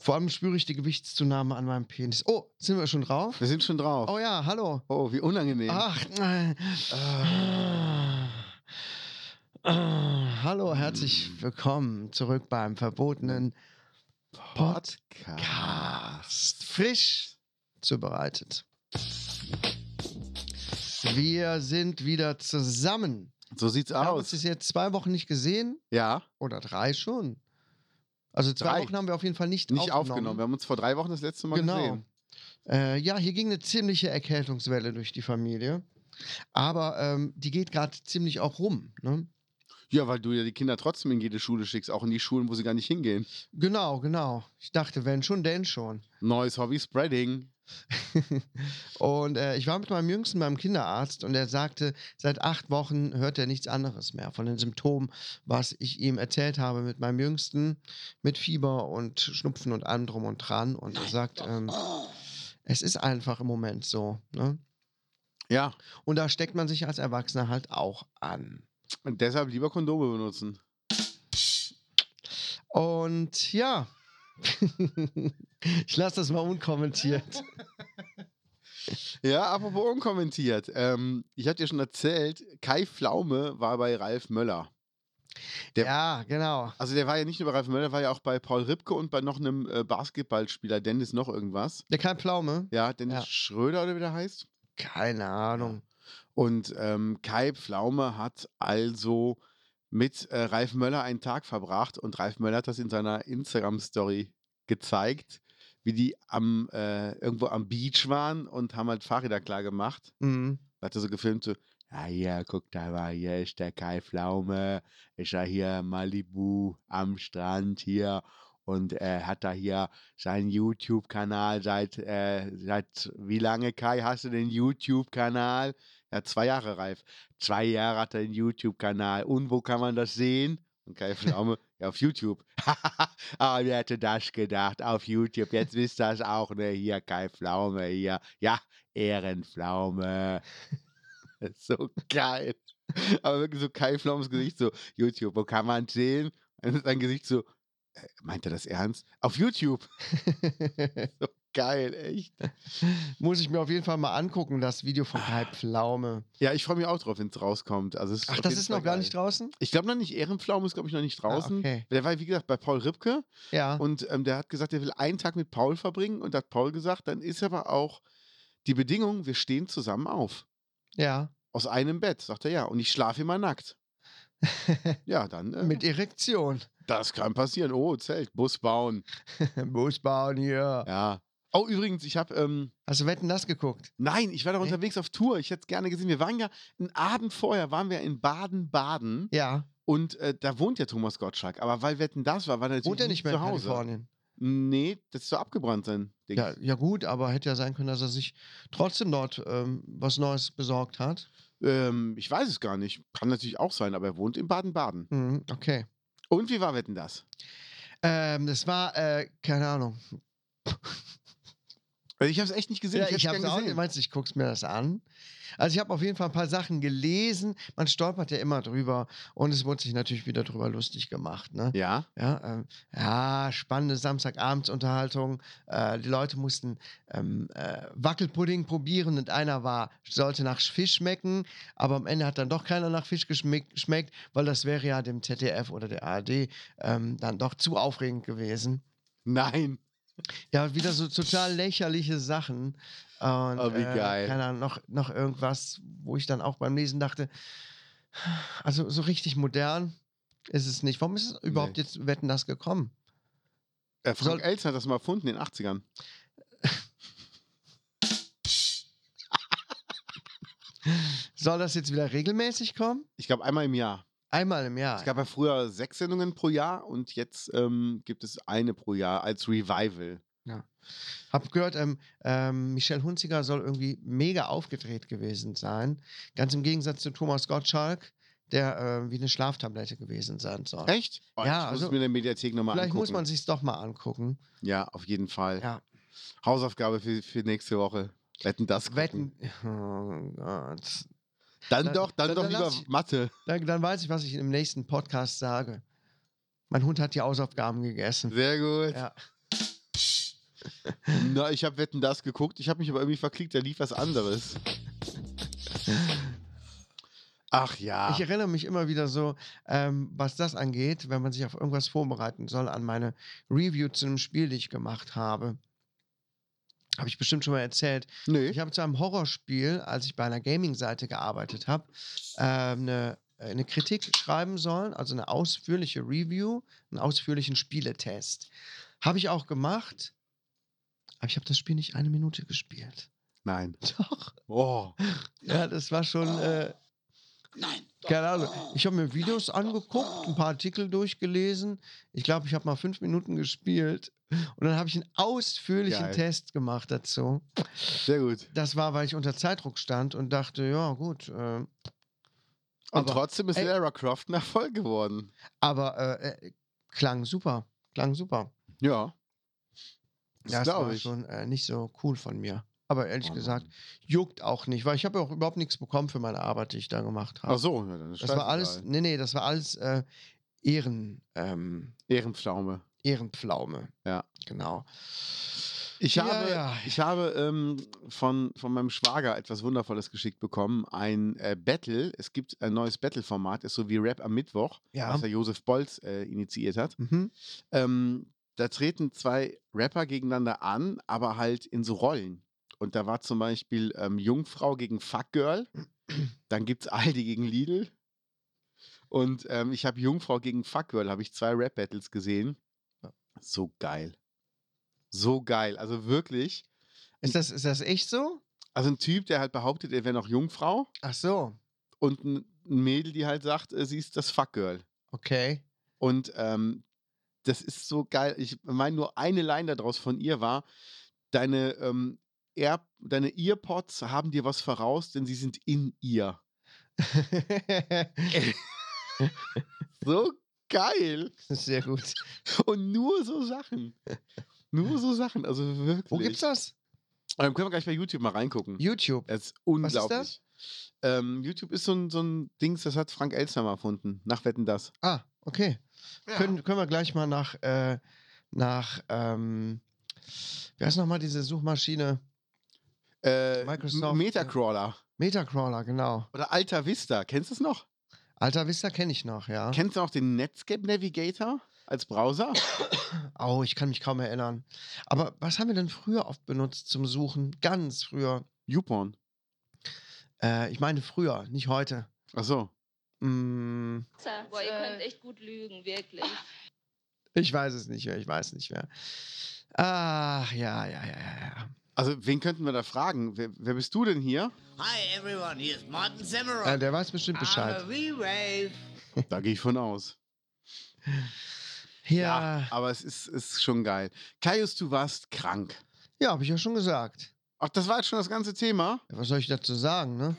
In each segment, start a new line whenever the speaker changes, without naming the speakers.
Vor allem spüre ich die Gewichtszunahme an meinem Penis. Oh, sind wir schon drauf?
Wir sind schon drauf.
Oh ja, hallo.
Oh, wie unangenehm.
Ach, äh, ah, ah, hallo,
Hm.
herzlich willkommen zurück beim verbotenen
Podcast.
Podcast. Frisch zubereitet. Wir sind wieder zusammen.
So sieht's
Wir haben uns
aus.
das jetzt zwei Wochen nicht gesehen
Ja,
oder drei schon. Also zwei
Drei.
Wochen haben wir auf jeden Fall nicht,
nicht aufgenommen. Wir haben uns vor drei Wochen das letzte Mal
genau.
gesehen.
Äh, ja, hier ging eine ziemliche Erkältungswelle durch die Familie. Aber ähm, die geht gerade ziemlich auch rum. Ne?
Ja, weil du ja die Kinder trotzdem in jede Schule schickst, auch in die Schulen, wo sie gar nicht hingehen.
Genau, genau. Ich dachte, wenn schon, denn schon.
Neues Hobby Spreading.
und äh, ich war mit meinem Jüngsten beim Kinderarzt und er sagte, seit acht Wochen hört er nichts anderes mehr von den Symptomen, was ich ihm erzählt habe mit meinem Jüngsten, mit Fieber und Schnupfen und allem drum und dran. Und er sagt, ähm, es ist einfach im Moment so. Ne?
Ja,
Und da steckt man sich als Erwachsener halt auch an.
und deshalb lieber Kondome benutzen.
Und ja, ich lasse das mal unkommentiert.
Ja, apropos unkommentiert. Ähm, ich hatte dir schon erzählt, Kai Pflaume war bei Ralf Möller. Der-
ja, genau.
Also der war ja nicht nur bei Ralf Möller, der war ja auch bei Paul Ripke und bei noch einem äh, Basketballspieler, Dennis noch irgendwas.
Der Kai Pflaume?
Ja, Dennis
Ja.
Schröder oder wie der heißt.
Keine Ahnung.
Und ähm, Kai Pflaume hat also mit äh, Ralf Möller einen Tag verbracht und Ralf Möller hat das in seiner Instagram-Story gezeigt, wie die am, äh, irgendwo am Beach waren und haben halt Fahrräder klar gemacht.
Mhm.
Da hat er so gefilmt, so, ja, ja, guck da mal, hier ist der Kai Pflaume, ist ja hier in Malibu am Strand hier und äh, hat da hier seinen YouTube-Kanal seit, äh, seit, wie lange, Kai, hast du den YouTube-Kanal? Ja, zwei Jahre, Ralf. Zwei Jahre hat er den YouTube-Kanal. Und wo kann man das sehen? Und Kai Pflaume, ja, auf YouTube. Ah, wer hätte das gedacht? Auf YouTube. Jetzt wisst ihr das auch, ne? Hier, Kai Pflaume, hier. Ja, Ehrenpflaume. so geil. Aber wirklich so Kai Pflaumes Gesicht, so YouTube, wo kann man sehen? Und dann sein Gesicht so, äh, meint er das ernst? Auf YouTube. Geil, echt.
Muss ich mir auf jeden Fall mal angucken, das Video von Kai Pflaume.
Ja, ich freue mich auch drauf, wenn es rauskommt. Also, es
Ach,
auf
das
jeden
ist
Fall
noch gar
geil.
nicht draußen?
Ich glaube noch nicht, Ehrenpflaume ist, glaube ich, noch nicht draußen.
Ah, okay. Ah.
Der war, wie gesagt, bei Paul Ripke
Ja.
und ähm, der hat gesagt, er will einen Tag mit Paul verbringen und hat Paul gesagt, dann ist aber auch die Bedingung, wir stehen zusammen auf.
ja.
Aus einem Bett, sagt er ja. Und ich schlafe immer nackt. Ja, dann. Äh,
Mit Erektion.
das kann passieren. Oh, Zelt, Bus bauen.
Bus bauen hier.
Ja. Oh, übrigens, ich habe. Ähm,
Hast du Wetten das geguckt?
nein, ich war doch
Nee.
unterwegs auf Tour. Ich hätte es gerne gesehen. Wir waren ja einen Abend vorher, waren wir in Baden-Baden.
Ja.
Und äh, da wohnt ja Thomas Gottschalk. Aber weil Wetten das war, war der natürlich
Wohnt er nicht mehr in
zu Hause.
Kalifornien?
Nee, das ist so abgebrannt sein Ding.
Ja, ja, gut, aber hätte ja sein können, dass er sich trotzdem dort ähm, was Neues besorgt hat.
Ähm, ich weiß es gar nicht. Kann natürlich auch sein, aber er wohnt in Baden-Baden.
Mhm, okay.
Und wie war Wetten das?
Ähm, das war, äh, keine Ahnung.
Also ich habe es echt nicht gesehen.
Ja, ich
hätt's
habe
gern
auch nicht.
gesehen.
Meinst du, ich guck's mir das an? Also ich habe auf jeden Fall ein paar Sachen gelesen. Man stolpert ja immer drüber und es wurde sich natürlich wieder drüber lustig gemacht. Ne?
Ja,
Ja, ähm, ja, spannende Samstagabendsunterhaltung. Äh, die Leute mussten ähm, äh, Wackelpudding probieren und einer war, sollte nach Fisch schmecken, aber am Ende hat dann doch keiner nach Fisch geschmeck- geschmeckt, weil das wäre ja dem ZDF oder der ARD ähm, dann doch zu aufregend gewesen.
nein.
Ja, wieder so total lächerliche Sachen. Und,
Oh, wie
äh,
geil.
Keine Ahnung, noch, noch irgendwas, wo ich dann auch beim Lesen dachte, also so richtig modern ist es nicht. Warum ist es überhaupt jetzt Wetten das gekommen?
Äh, Frank
Soll-
Elsen hat das mal erfunden in den 80ern.
Soll das jetzt wieder regelmäßig kommen?
Ich glaube, einmal im Jahr.
Einmal im Jahr.
Es gab ja früher sechs Sendungen pro Jahr und jetzt ähm, gibt es eine pro Jahr als Revival.
Hab gehört, ähm, ähm, Michelle Hunziker soll irgendwie mega aufgedreht gewesen sein. Ganz im Gegensatz zu Thomas Gottschalk, der äh, wie eine Schlaftablette gewesen sein soll.
Echt? Oh,
Ja,
ich muss
also-
es mir in der Mediathek nochmal
Vielleicht
angucken.
muss man sich's doch mal angucken.
ja, auf jeden Fall.
Ja.
Hausaufgabe für, für nächste Woche. Wetten das gucken.
Wetten. Oh Gott.
Dann
Dann-
doch, dann,
dann-
doch
dann
lieber
lass ich-
Mathe.
Dann, dann weiß ich, was ich im nächsten Podcast sage. Mein Hund hat die Hausaufgaben gegessen.
Sehr gut.
Ja.
Na, ich habe Wetten das geguckt, ich habe mich aber irgendwie verklickt, da lief was anderes. Ach ja.
Ich erinnere mich immer wieder so, ähm, was das angeht, wenn man sich auf irgendwas vorbereiten soll, an meine Review zu einem Spiel, die ich gemacht habe. Habe ich bestimmt schon mal erzählt.
Nö.
Ich habe zu einem Horrorspiel, als ich bei einer Gaming-Seite gearbeitet habe, ähm, eine, eine Kritik schreiben sollen, also eine ausführliche Review, einen ausführlichen Spieletest. Habe ich auch gemacht, aber ich habe das Spiel nicht eine Minute gespielt.
Nein.
Doch.
Oh.
Ja, das war schon. Äh,
Nein.
keine Ahnung. Ich habe mir Videos angeguckt, ein paar Artikel durchgelesen. Ich glaube, ich habe mal fünf Minuten gespielt. Und dann habe ich einen ausführlichen
Geil.
Test gemacht dazu.
Sehr gut.
Das war, weil ich unter Zeitdruck stand und dachte, ja, gut. Äh,
Und
Aber-
trotzdem ist
ey.
Lara Croft ein Erfolg geworden.
aber äh, äh, klang super. Klang super.
Ja.
Ja, das
glaub
war schon äh, nicht so cool von mir. Aber ehrlich
Oh
gesagt,
Mann.
juckt auch nicht, weil ich habe ja auch überhaupt nichts bekommen für meine Arbeit, die ich da gemacht habe.
Ach so, ja, dann ist
Ah. das war
scheißegal.
alles, nee, nee, das war alles äh, Ehren, ähm,
Ehrenpflaume.
Ehrenpflaume.
Ja.
Genau.
Ich
Ja,
habe,
ja.
Ich habe ähm, von, von meinem Schwager etwas Wundervolles geschickt bekommen. Ein äh, Battle. Es gibt ein neues Battle-Format, ist so wie Rap am Mittwoch,
Ja.
was der Josef Bolz äh, initiiert hat.
Mhm.
Ähm, da treten zwei Rapper gegeneinander an, aber halt in so Rollen. Und da war zum Beispiel ähm, Jungfrau gegen Fuckgirl. Dann gibt es Aldi gegen Lidl. Und ähm, ich habe Jungfrau gegen Fuckgirl, habe ich zwei Rap-Battles gesehen. So geil. So geil. Also wirklich.
Ist, das, ist das echt so?
Also ein Typ, der halt behauptet, er wäre noch Jungfrau.
Ach so,
Und ein ein Mädel, die halt sagt, äh, sie ist das Fuckgirl.
okay.
Und ähm, das ist so geil. Ich meine, nur eine Line daraus von ihr war, deine, ähm, Air, deine Earpods haben dir was voraus, denn sie sind in ihr. So geil.
Sehr gut.
Und nur so Sachen. Nur so Sachen. Also wirklich.
Wo gibt's das?
Ähm, können wir gleich bei YouTube mal reingucken.
YouTube.
Das ist
ist
unglaublich.
das?
Ähm, YouTube ist so ein, so ein Dings, das hat Frank Elstner mal erfunden. Nach Wetten das.
Ah, okay.
Ja.
Können, können wir gleich mal nach, äh, nach ähm, wie heißt nochmal diese Suchmaschine?
Äh,
Microsoft,
M- Metacrawler.
Metacrawler, genau.
Oder Alta Vista. Kennst du es noch?
Alta Vista kenne ich noch, ja.
Kennst du noch den Netscape Navigator als Browser?
Oh, ich kann mich kaum erinnern. Aber was haben wir denn früher oft benutzt zum Suchen? Ganz früher.
YouPorn.
Äh, ich meine früher, nicht heute.
Achso.
Mm,
Boah, ihr könnt echt gut lügen, wirklich.
ich weiß es nicht mehr, ich weiß nicht mehr. Ach, ja, ja, ja, ja, ja.
Also, wen könnten wir da fragen? Wer, wer bist du denn hier?
Hi everyone, here's Martin Semmerow.
Ja, Äh, der weiß bestimmt Bescheid.
I'm a V-Wave.
Da gehe ich von aus.
Ja, ja,
aber es ist, ist schon geil. Kaius, du warst krank.
habe ich ja schon gesagt.
Ach, das war jetzt schon das ganze Thema.
Ja, Was soll ich dazu sagen, ne?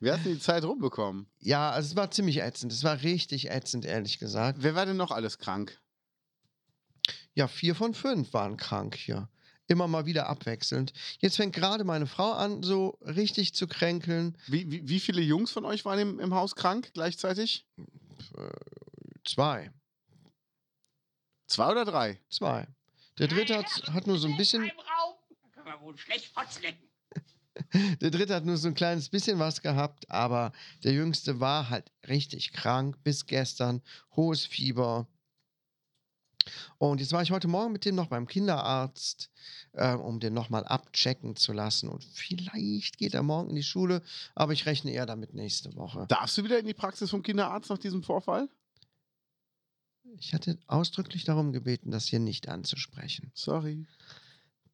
Wir hatten die Zeit rumbekommen.
Ja, also es war ziemlich ätzend. Es war richtig ätzend, ehrlich gesagt.
Wer war denn noch alles krank?
Ja, vier von fünf waren krank hier. Immer mal wieder abwechselnd. Jetzt fängt gerade meine Frau an, so richtig zu kränkeln.
Wie, wie, wie viele Jungs von euch waren im, im Haus krank gleichzeitig?
Zwei.
Zwei oder drei?
Zwei. Der dritte hat, hat nur so ein bisschen,
Im Raum. Da können wir wohl schlecht Fotz lecken.
der dritte hat nur so ein kleines bisschen was gehabt, aber der jüngste war halt richtig krank bis gestern, hohes Fieber. Und jetzt war ich heute Morgen mit dem noch beim Kinderarzt, äh, um den nochmal abchecken zu lassen. Und vielleicht geht er morgen in die Schule, aber ich rechne eher damit nächste Woche.
Darfst du wieder in die Praxis vom Kinderarzt nach diesem Vorfall?
Ich hatte ausdrücklich darum gebeten, das hier nicht anzusprechen.
Sorry.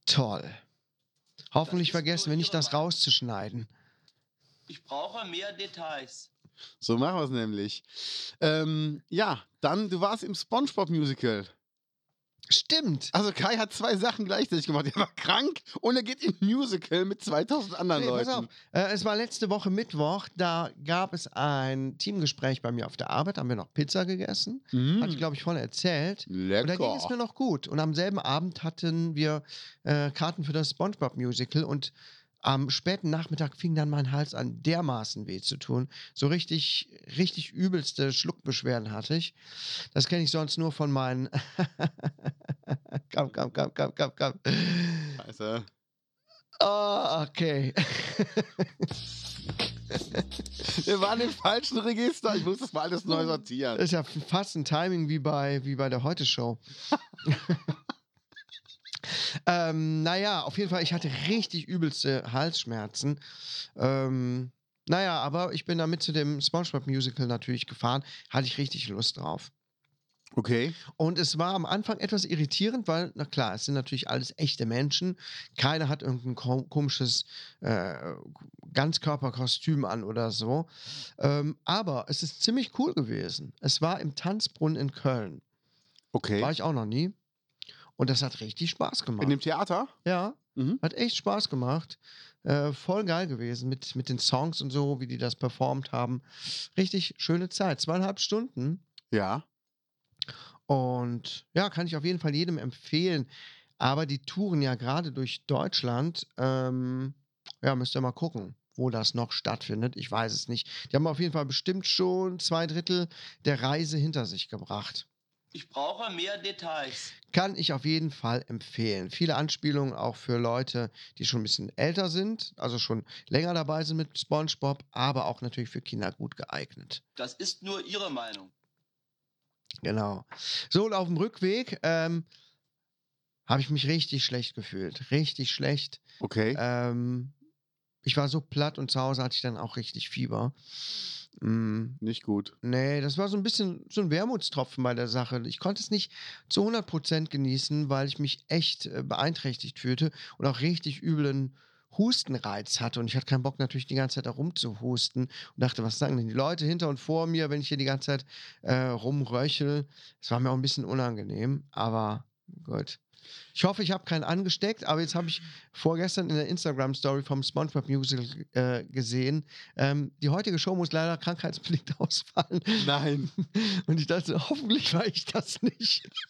Toll. Hoffentlich
ist
vergessen
nur
wir nicht,
Ihre
das
Meinung.
rauszuschneiden.
Ich brauche mehr Details.
So machen wir es nämlich. Ähm, ja, dann, du warst im Spongebob-Musical.
Stimmt.
Also Kai hat zwei Sachen gleichzeitig gemacht. Er war krank und er geht in ein Musical mit 2000 anderen
Nee, pass auf.
Leuten.
Äh, es war letzte Woche Mittwoch, da gab es ein Teamgespräch bei mir auf der Arbeit, haben wir noch Pizza gegessen.
Mm.
Hm.
Hatte ich, glaube ich, vorhin erzählt. Und da ging es mir
Lecker.
noch gut. Und am selben Abend hatten wir äh, Karten für das SpongeBob-Musical und am späten Nachmittag fing dann mein Hals an, dermaßen weh zu tun. So richtig, richtig übelste Schluckbeschwerden hatte ich. Das kenne ich sonst nur von meinen. komm, komm, komm, komm, komm, komm.
Scheiße.
Ah, okay.
Wir waren im falschen Register. Ich muss das mal alles neu sortieren.
Das ist ja fast ein Timing wie bei, wie bei der Heute-Show. ähm, naja, auf jeden Fall, ich hatte richtig übelste Halsschmerzen. Ähm, naja, aber ich bin damit zu dem SpongeBob-Musical natürlich gefahren. Hatte ich richtig Lust drauf.
Okay.
Und es war am Anfang etwas irritierend, weil, na klar, es sind natürlich alles echte Menschen. Keiner hat irgendein kom- komisches äh, Ganzkörperkostüm an oder so. Ähm, aber es ist ziemlich cool gewesen. Es war im Tanzbrunnen in Köln.
Okay.
War ich auch noch nie. Und das hat richtig Spaß
in
gemacht.
dem Theater?
Ja,
Mhm.
hat echt Spaß gemacht. Äh, voll geil gewesen mit, mit den Songs und so, wie die das performt haben. Richtig schöne Zeit. Zweieinhalb Stunden.
Ja.
Und ja, kann ich auf jeden Fall jedem empfehlen. Aber die Touren ja gerade durch Deutschland, ähm, ja, müsst ihr mal gucken, wo das noch stattfindet. Ich weiß es nicht. Die haben auf jeden Fall bestimmt schon zwei Drittel der Reise hinter sich gebracht.
Ich brauche mehr Details.
Kann ich auf jeden Fall empfehlen. Viele Anspielungen auch für Leute, die schon ein bisschen älter sind, also schon länger dabei sind mit SpongeBob, aber auch natürlich für Kinder gut geeignet.
Das ist nur Ihre Meinung.
Genau. So, und auf dem Rückweg ähm, habe ich mich richtig schlecht gefühlt. Richtig schlecht.
Okay.
Ähm, ich war so platt und zu Hause hatte ich dann auch richtig Fieber. Mm,
Nicht gut.
nee, das war so ein bisschen so ein Wermutstropfen bei der Sache. Ich konnte es nicht zu 100% genießen, weil ich mich echt äh, beeinträchtigt fühlte und auch richtig üblen Hustenreiz hatte. Und ich hatte keinen Bock, natürlich die ganze Zeit da rumzuhusten und dachte, was sagen denn die Leute hinter und vor mir, wenn ich hier die ganze Zeit äh, rumröchel. Es war mir auch ein bisschen unangenehm, aber gut. Ich hoffe, ich habe keinen angesteckt, aber jetzt habe ich vorgestern in der Instagram-Story vom SpongeBob Musical äh, gesehen. Ähm, die heutige Show muss leider krankheitsbedingt ausfallen.
Nein.
Und ich dachte, hoffentlich war ich das nicht.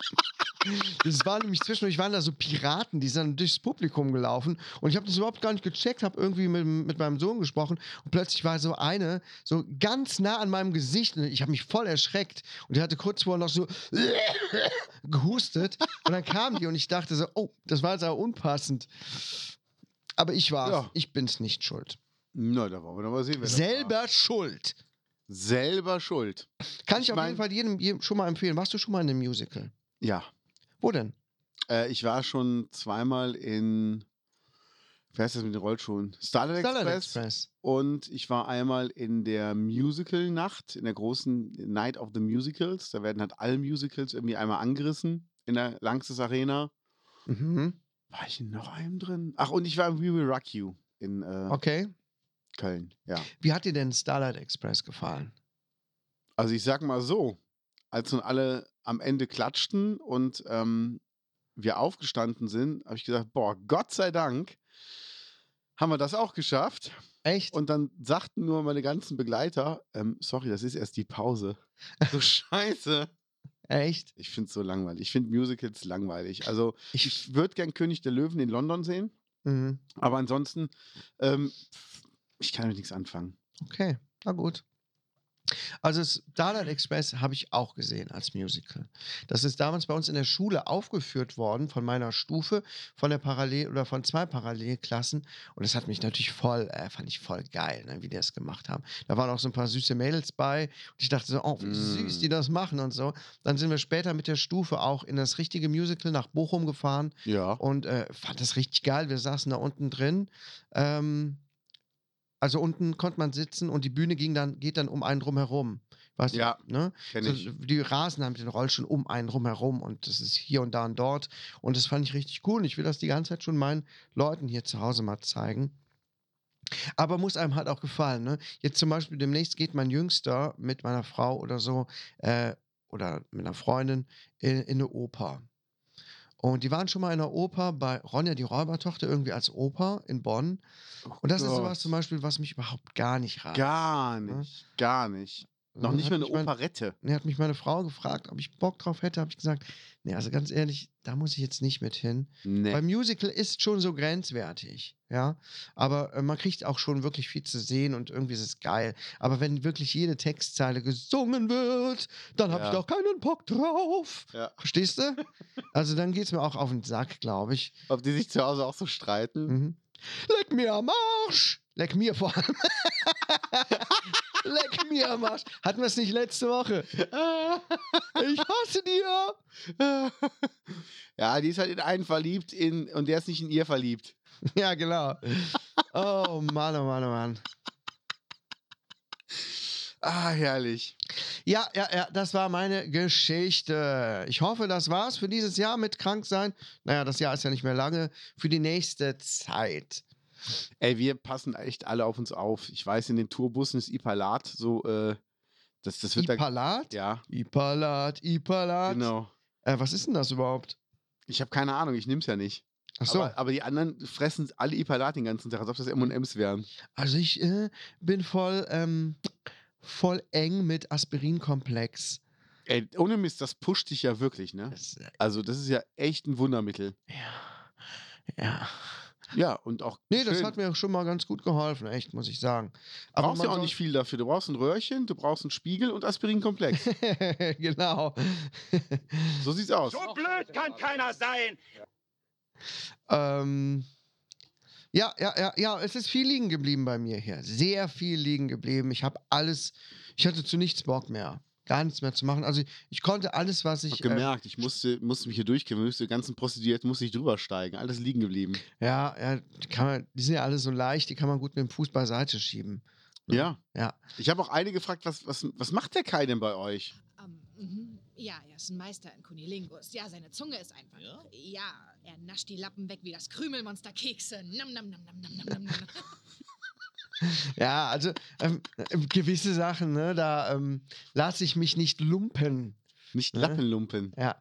Das war nämlich zwischendurch, waren da so Piraten, die sind durchs Publikum gelaufen. Und ich habe das überhaupt gar nicht gecheckt, habe irgendwie mit, mit meinem Sohn gesprochen. Und plötzlich war so eine so ganz nah an meinem Gesicht. Und ich habe mich voll erschreckt. Und die hatte kurz vorher noch so gehustet. Und dann kam die und ich dachte so, oh, das war jetzt aber unpassend. Aber ich war's.
Ja.
Ich bin's nicht schuld.
Na, da wollen wir doch mal sehen. wer das war.
Selber schuld.
Selber schuld.
Kann
Ich
ich, auf
mein-
jeden Fall jedem, jedem schon mal empfehlen. Warst du schon mal in einem Musical?
Ja.
Wo denn?
Äh, ich war schon zweimal in. Wer ist das mit den Rollschuhen? Starlight,
Starlight
Express.
Express.
Und ich war einmal in der Musical-Nacht, in der großen Night of the Musicals. Da werden halt alle Musicals irgendwie einmal angerissen in der Lanxess Arena.
Mhm.
War ich in noch einem drin? Ach, und ich war im We Will Rock You in äh,
Okay.
Köln. Ja.
Wie hat dir denn Starlight Express gefallen?
Also ich sag mal so, als nun alle am Ende klatschten und ähm, wir aufgestanden sind, habe ich gesagt, boah, Gott sei Dank haben wir das auch geschafft.
Echt?
Und dann sagten nur meine ganzen Begleiter, ähm, sorry, das ist erst die Pause. So scheiße.
Echt?
Ich finde es so langweilig. Ich finde Musicals langweilig. Also ich würde gern König der Löwen in London sehen,
Mhm.
aber ansonsten, ähm, ich kann mit nichts anfangen.
Okay, na gut. Also das Starlight Express habe ich auch gesehen als Musical. Das ist damals bei uns in der Schule aufgeführt worden von meiner Stufe, von der Parallel- oder von zwei Parallelklassen. Und das hat mich natürlich voll, äh, fand ich voll geil, ne, wie die das gemacht haben. Da waren auch so ein paar süße Mädels bei. Und ich dachte so, oh, wie
Mm.
süß die das machen und so. Dann sind wir später mit der Stufe auch in das richtige Musical nach Bochum gefahren
Ja.
und äh, fand das richtig geil. Wir saßen da unten drin. Ähm, also unten konnte man sitzen und die Bühne ging dann, geht dann um einen drumherum. Weißt
Ja,
du, ne?
Kenne
So,
ich.
die rasen dann mit den Rollschuhen um einen drumherum und das ist hier und da und dort. Und das fand ich richtig cool. Und ich will das die ganze Zeit schon meinen Leuten hier zu Hause mal zeigen. Aber muss einem halt auch gefallen. Ne? Jetzt zum Beispiel demnächst geht mein Jüngster mit meiner Frau oder so äh, oder mit einer Freundin in, in eine Oper. Und die waren schon mal in einer Oper bei Ronja die Räubertochter irgendwie als Oper in Bonn. Und das ist sowas zum Beispiel, was mich überhaupt gar nicht reizt.
Oh, Gar
ne?
nicht. Gar nicht. Noch
Dann
nicht
hat
mal eine
mich mein-
Operette.
und er hat mich meine Frau gefragt, ob ich Bock drauf hätte. Habe ich gesagt, nee, also ganz ehrlich, da muss ich jetzt nicht mit hin.
Nee.
Beim Musical ist schon so grenzwertig, ja. Aber äh, man kriegt auch schon wirklich viel zu sehen und irgendwie ist es geil. Aber wenn wirklich jede Textzeile gesungen wird, dann habe
Ja.
ich doch keinen Bock drauf.
Ja.
Verstehst du? Also dann geht es mir auch auf den Sack, glaube ich.
Ob die sich zu Hause auch so streiten?
Mhm. Leck mir am Arsch! Leck mir vor allem. Leck mir am Arsch. Hatten wir es nicht letzte Woche? Ich hasse dir! Hm.
ja, die ist halt in einen verliebt in, und der ist nicht in ihr verliebt.
Ja, genau. Oh Mann, oh Mann, oh Mann.
Ah, herrlich.
Ja, ja, ja, das war meine Geschichte. Ich hoffe, das war's für dieses Jahr mit krank sein. Naja, das Jahr ist ja nicht mehr lange. Für die nächste Zeit.
Ey, wir passen echt alle auf uns auf. Ich weiß, in den Tourbussen ist Ipalat so, äh, das, das wird da.
Ipalat?
Ja,
Ipalat, Ipalat.
genau.
Äh, was ist denn das überhaupt?
Ich habe keine Ahnung, ich nimm's ja nicht.
Ach so. Mhm.
Aber, aber die anderen fressen alle Ipalat den ganzen Tag, als ob das MMs wären.
Also ich äh, bin voll, ähm, voll eng mit Aspirinkomplex.
Ey, ohne Mist, das pusht dich ja wirklich, ne?
Das, äh,
Also, das ist ja echt ein Wundermittel.
ja. Ja.
Ja, und auch.
Nee, das
schön.
hat mir auch schon mal ganz gut geholfen, echt, muss ich sagen.
Du brauchst
man
ja auch
soll-
nicht viel dafür. Du brauchst ein Röhrchen, du brauchst einen Spiegel und Aspirinkomplex.
genau.
so sieht's aus.
So blöd kann keiner sein.
Ähm, ja, ja, ja, ja, es ist viel liegen geblieben bei mir hier. Sehr viel liegen geblieben. Ich habe alles, ich hatte zu nichts Bock mehr. Gar nichts mehr zu machen. Also ich, ich konnte alles, was
Ich
ich. äh,
hab gemerkt, ich musste, musste mich hier durchkämpfen, musste die ganzen Prostituierten musste ich drüber steigen, alles liegen geblieben.
Äh, ja, ja, die, kann man, die sind ja alle so leicht, die kann man gut mit dem Fuß beiseite schieben. Mhm.
Ja.
Ja.
Ich habe auch eine gefragt, was, was, was macht der Kai denn bei euch?
Ähm, mhm. ja, er ist ein Meister in Kunilingus. Ja, seine Zunge ist einfach.
Ja?
Ja, er nascht die Lappen weg wie das Krümelmonster Kekse. Nam, nam, nam, nam, nam, nam, nam, nam.
Ja, also ähm, äh, gewisse Sachen, ne, da ähm, lasse ich mich nicht lumpen.
Nicht
Ne?
Lappenlumpen.
Ja.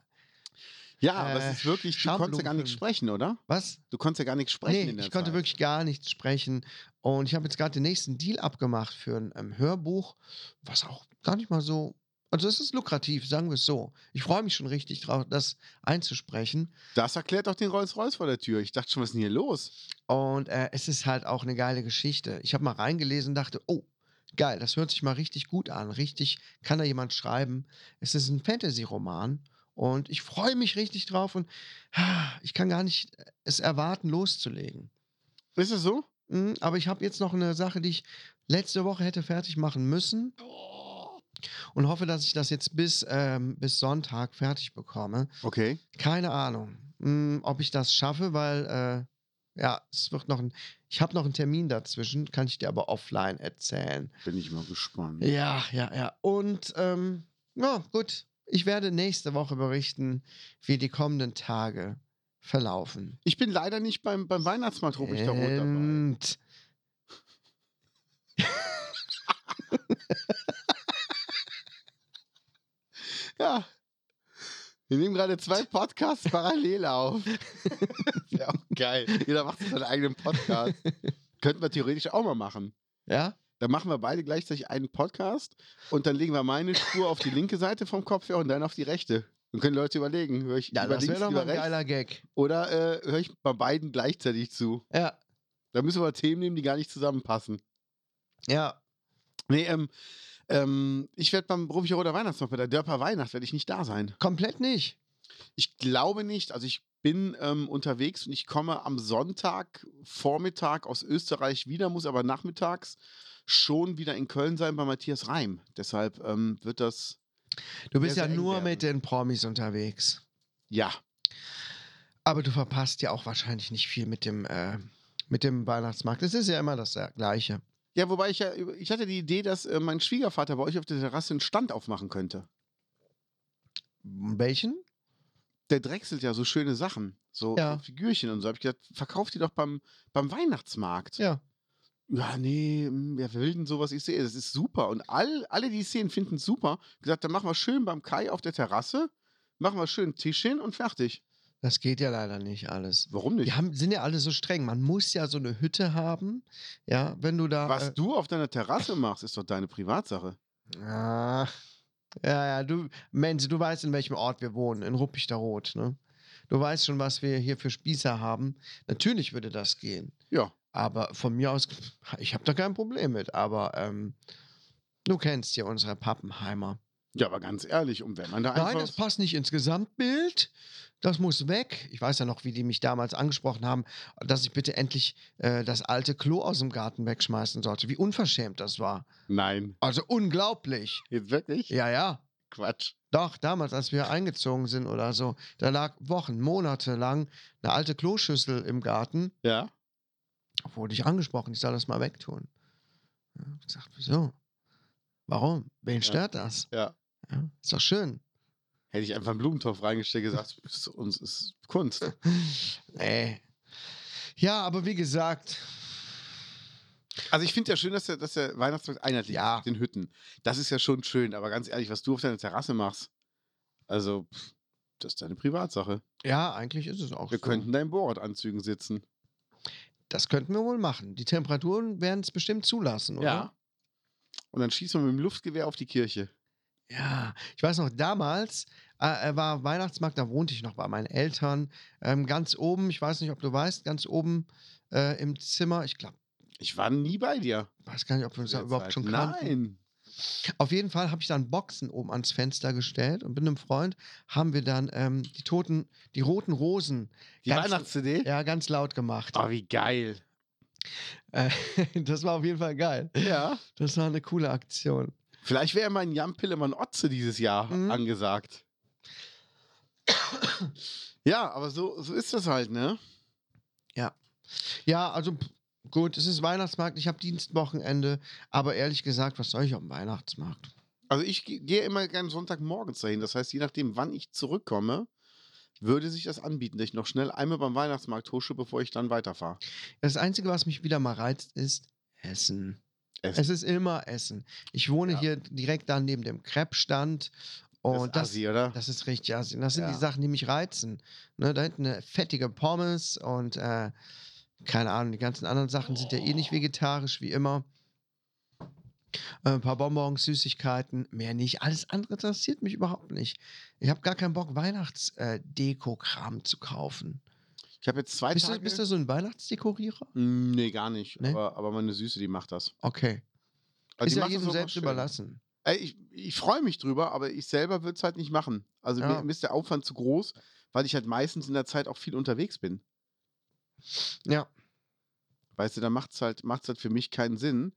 Ja, aber
Äh,
es ist wirklich, du konntest ja gar
Schamlumpen.
nichts sprechen, oder?
Was?
Du konntest ja gar nichts sprechen
nee,
in der
ich konnte
Zeit.
wirklich gar nichts sprechen. Und ich habe jetzt gerade den nächsten Deal abgemacht für ein ähm, Hörbuch, was auch gar nicht mal so. Also es ist lukrativ, sagen wir es so. Ich freue mich schon richtig drauf, das einzusprechen.
Das erklärt auch den Rolls-Royce vor der Tür. Ich dachte schon, was ist denn hier los?
Und äh, es ist halt auch eine geile Geschichte. Ich habe mal reingelesen und dachte, oh, geil, das hört sich mal richtig gut an. Richtig, kann da jemand schreiben. Es ist ein Fantasy-Roman und ich freue mich richtig drauf und ah, ich kann gar nicht äh, es erwarten, loszulegen.
Ist es so?
Mm, aber ich habe jetzt noch eine Sache, die ich letzte Woche hätte fertig machen müssen. Und hoffe, dass ich das jetzt bis, ähm, bis Sonntag fertig bekomme.
Okay.
Keine Ahnung, mm, ob ich das schaffe, weil äh, ja, es wird noch ein. Ich habe noch einen Termin dazwischen, kann ich dir aber offline erzählen.
Bin ich mal gespannt.
Ja, ja, ja. Und ähm, ja, gut. Ich werde nächste Woche berichten, wie die kommenden Tage verlaufen.
Ich bin leider nicht beim, beim Weihnachtsmarkt Ruprecht der Rot dabei.
Und-
Ja. Wir nehmen gerade zwei Podcasts parallel auf. ja auch geil. Jeder macht so seinen eigenen Podcast. Könnten wir theoretisch auch mal machen.
Ja?
Dann machen wir beide gleichzeitig einen Podcast und dann legen wir meine Spur auf die linke Seite vom Kopf her und dann auf die rechte. Dann können Leute überlegen, höre ich
Ja,
über
das wäre
links,
doch mal
über
ein
rechts
geiler Gag.
oder äh, höre ich bei beiden gleichzeitig zu.
Ja,
Da müssen wir Themen nehmen, die gar nicht zusammenpassen.
ja.
Nee, ähm, ähm, ich werde beim Beruflicher Roter Weihnachtsmarkt bei der Dörper Weihnacht werde ich nicht da sein.
Komplett nicht.
Ich glaube nicht. Also ich bin ähm, unterwegs und ich komme am Sonntag Vormittag aus Österreich wieder, muss aber nachmittags schon wieder in Köln sein bei Matthias Reim. Deshalb ähm, wird das
Du bist
sehr
ja
eng
nur
werden.
mit den Promis unterwegs.
ja.
Aber du verpasst ja auch wahrscheinlich nicht viel mit dem, äh, mit dem Weihnachtsmarkt. Es ist ja immer das Gleiche.
Ja, wobei ich ja, über- ich hatte die Idee, dass äh, mein Schwiegervater bei euch auf der Terrasse einen Stand aufmachen könnte.
Welchen?
Der drechselt ja so schöne Sachen, so
Ja.
so Figürchen und so. Hab ich gesagt, verkauft die doch beim, beim Weihnachtsmarkt.
Ja.
ja, nee, hm, wer will denn sowas? Ich sehe, das ist super. Und all, alle, die es sehen, finden es super. Gesagt, dann machen wir schön beim Kai auf der Terrasse, machen wir schön einen Tisch hin und fertig.
Das geht ja leider nicht alles.
Warum nicht?
Die haben, sind ja alle so streng. Man muss ja so eine Hütte haben. Ja, wenn du da.
Was
äh,
du auf deiner Terrasse machst, ist doch deine Privatsache.
Ah, ja, ja, du, Mensch, du weißt, in welchem Ort wir wohnen, in Ruppichteroth, ne? Du weißt schon, was wir hier für Spießer haben. Natürlich würde das gehen.
Ja.
Aber von mir aus, ich habe da kein Problem mit. Aber ähm, du kennst ja unsere Pappenheimer.
Ja, aber ganz ehrlich, und wenn man da
Nein, das
einfach.
passt nicht ins Gesamtbild. Das muss weg. Ich weiß ja noch, wie die mich damals angesprochen haben, dass ich bitte endlich äh, das alte Klo aus dem Garten wegschmeißen sollte. Wie unverschämt das war.
Nein,
Also unglaublich.
jetzt wirklich?
Ja, ja.
Quatsch.
Doch, damals, als wir eingezogen sind oder so, da lag Wochen, Monate lang eine alte Kloschüssel im Garten.
Ja.
Wurde ich angesprochen, ich soll das mal wegtun. Ja, ich gesagt, wieso? Warum? Wen stört das?
Ja.
Ja, ist doch schön.
Hätte ich einfach einen Blumentopf reingesteckt und gesagt, ist uns ist Kunst.
Nee. Ja, aber wie gesagt,
Also ich finde ja schön, dass der, dass der Weihnachtsmarkt einheitlich
Ja.
ist mit den Hütten. Das ist ja schon schön, aber ganz ehrlich, was du auf deiner Terrasse machst, also pff, das ist deine Privatsache.
ja, eigentlich ist es auch
Wir
so.
könnten da in Borat-Anzügen sitzen.
das könnten wir wohl machen. Die Temperaturen werden es bestimmt zulassen, oder?
Und dann schießen wir mit dem Luftgewehr auf die Kirche.
Ja, ich weiß noch, damals äh, äh, war Weihnachtsmarkt, da wohnte ich noch bei meinen Eltern. Ähm, ganz oben, ich weiß nicht, ob du weißt, ganz oben äh, im Zimmer, ich glaube,
Ich war nie bei dir.
weiß gar nicht, ob wir uns da
Zu der
überhaupt
Zeit.
schon kannten.
Nein.
Auf jeden Fall habe ich dann Boxen oben ans Fenster gestellt und mit einem Freund haben wir dann ähm, die toten, die roten Rosen
Die
Ganz-
Weihnachts-CD?
ja ganz laut gemacht.
Oh, wie geil.
Äh, das war auf jeden Fall geil.
Ja.
Das war eine coole Aktion.
Vielleicht wäre mein Jan Pillemann Otze dieses Jahr
Mhm.
angesagt. ja, aber so, so ist das halt, ne?
Ja, also pff, gut, es ist Weihnachtsmarkt, ich habe Dienstwochenende, aber ehrlich gesagt, was soll ich auf dem Weihnachtsmarkt?
Also ich ge- gehe immer gerne Sonntagmorgens dahin. Das heißt, je nachdem, wann ich zurückkomme, würde sich das anbieten, dass ich noch schnell einmal beim Weihnachtsmarkt husche, bevor ich dann weiterfahre.
Das Einzige, was mich wieder mal reizt, ist Essen.
Essen.
Es ist immer Essen. Ich wohne
Ja.
hier direkt dann neben dem Crepe-Stand. Und Oh, das,
Assi, oder?
das ist richtig Assi. Das sind
Ja.
die Sachen, die mich reizen. Ne, da hinten eine fettige Pommes und äh, keine Ahnung, die ganzen anderen Sachen sind ja eh nicht vegetarisch, wie immer. Äh, Ein paar Bonbons, Süßigkeiten, mehr nicht. Alles andere interessiert mich überhaupt nicht. Ich habe gar keinen Bock, Weihnachtsdeko-Kram zu kaufen.
ich habe jetzt zwei
Bist
Tage...
du, bist du so ein Weihnachtsdekorierer?
Mm, nee, gar nicht.
Nee?
Aber, aber meine Süße, die macht das.
Okay.
Also
ist
die
ja
macht das
jedem
auch mal
selbst
schön.
überlassen.
Ey, Äh, ich ich freue mich drüber, aber ich selber würde es halt nicht machen. Also
Ja.
mir, mir ist der Aufwand zu groß, weil ich halt meistens in der Zeit auch viel unterwegs bin.
Ja.
Weißt du, da macht es halt, macht's halt für mich keinen Sinn.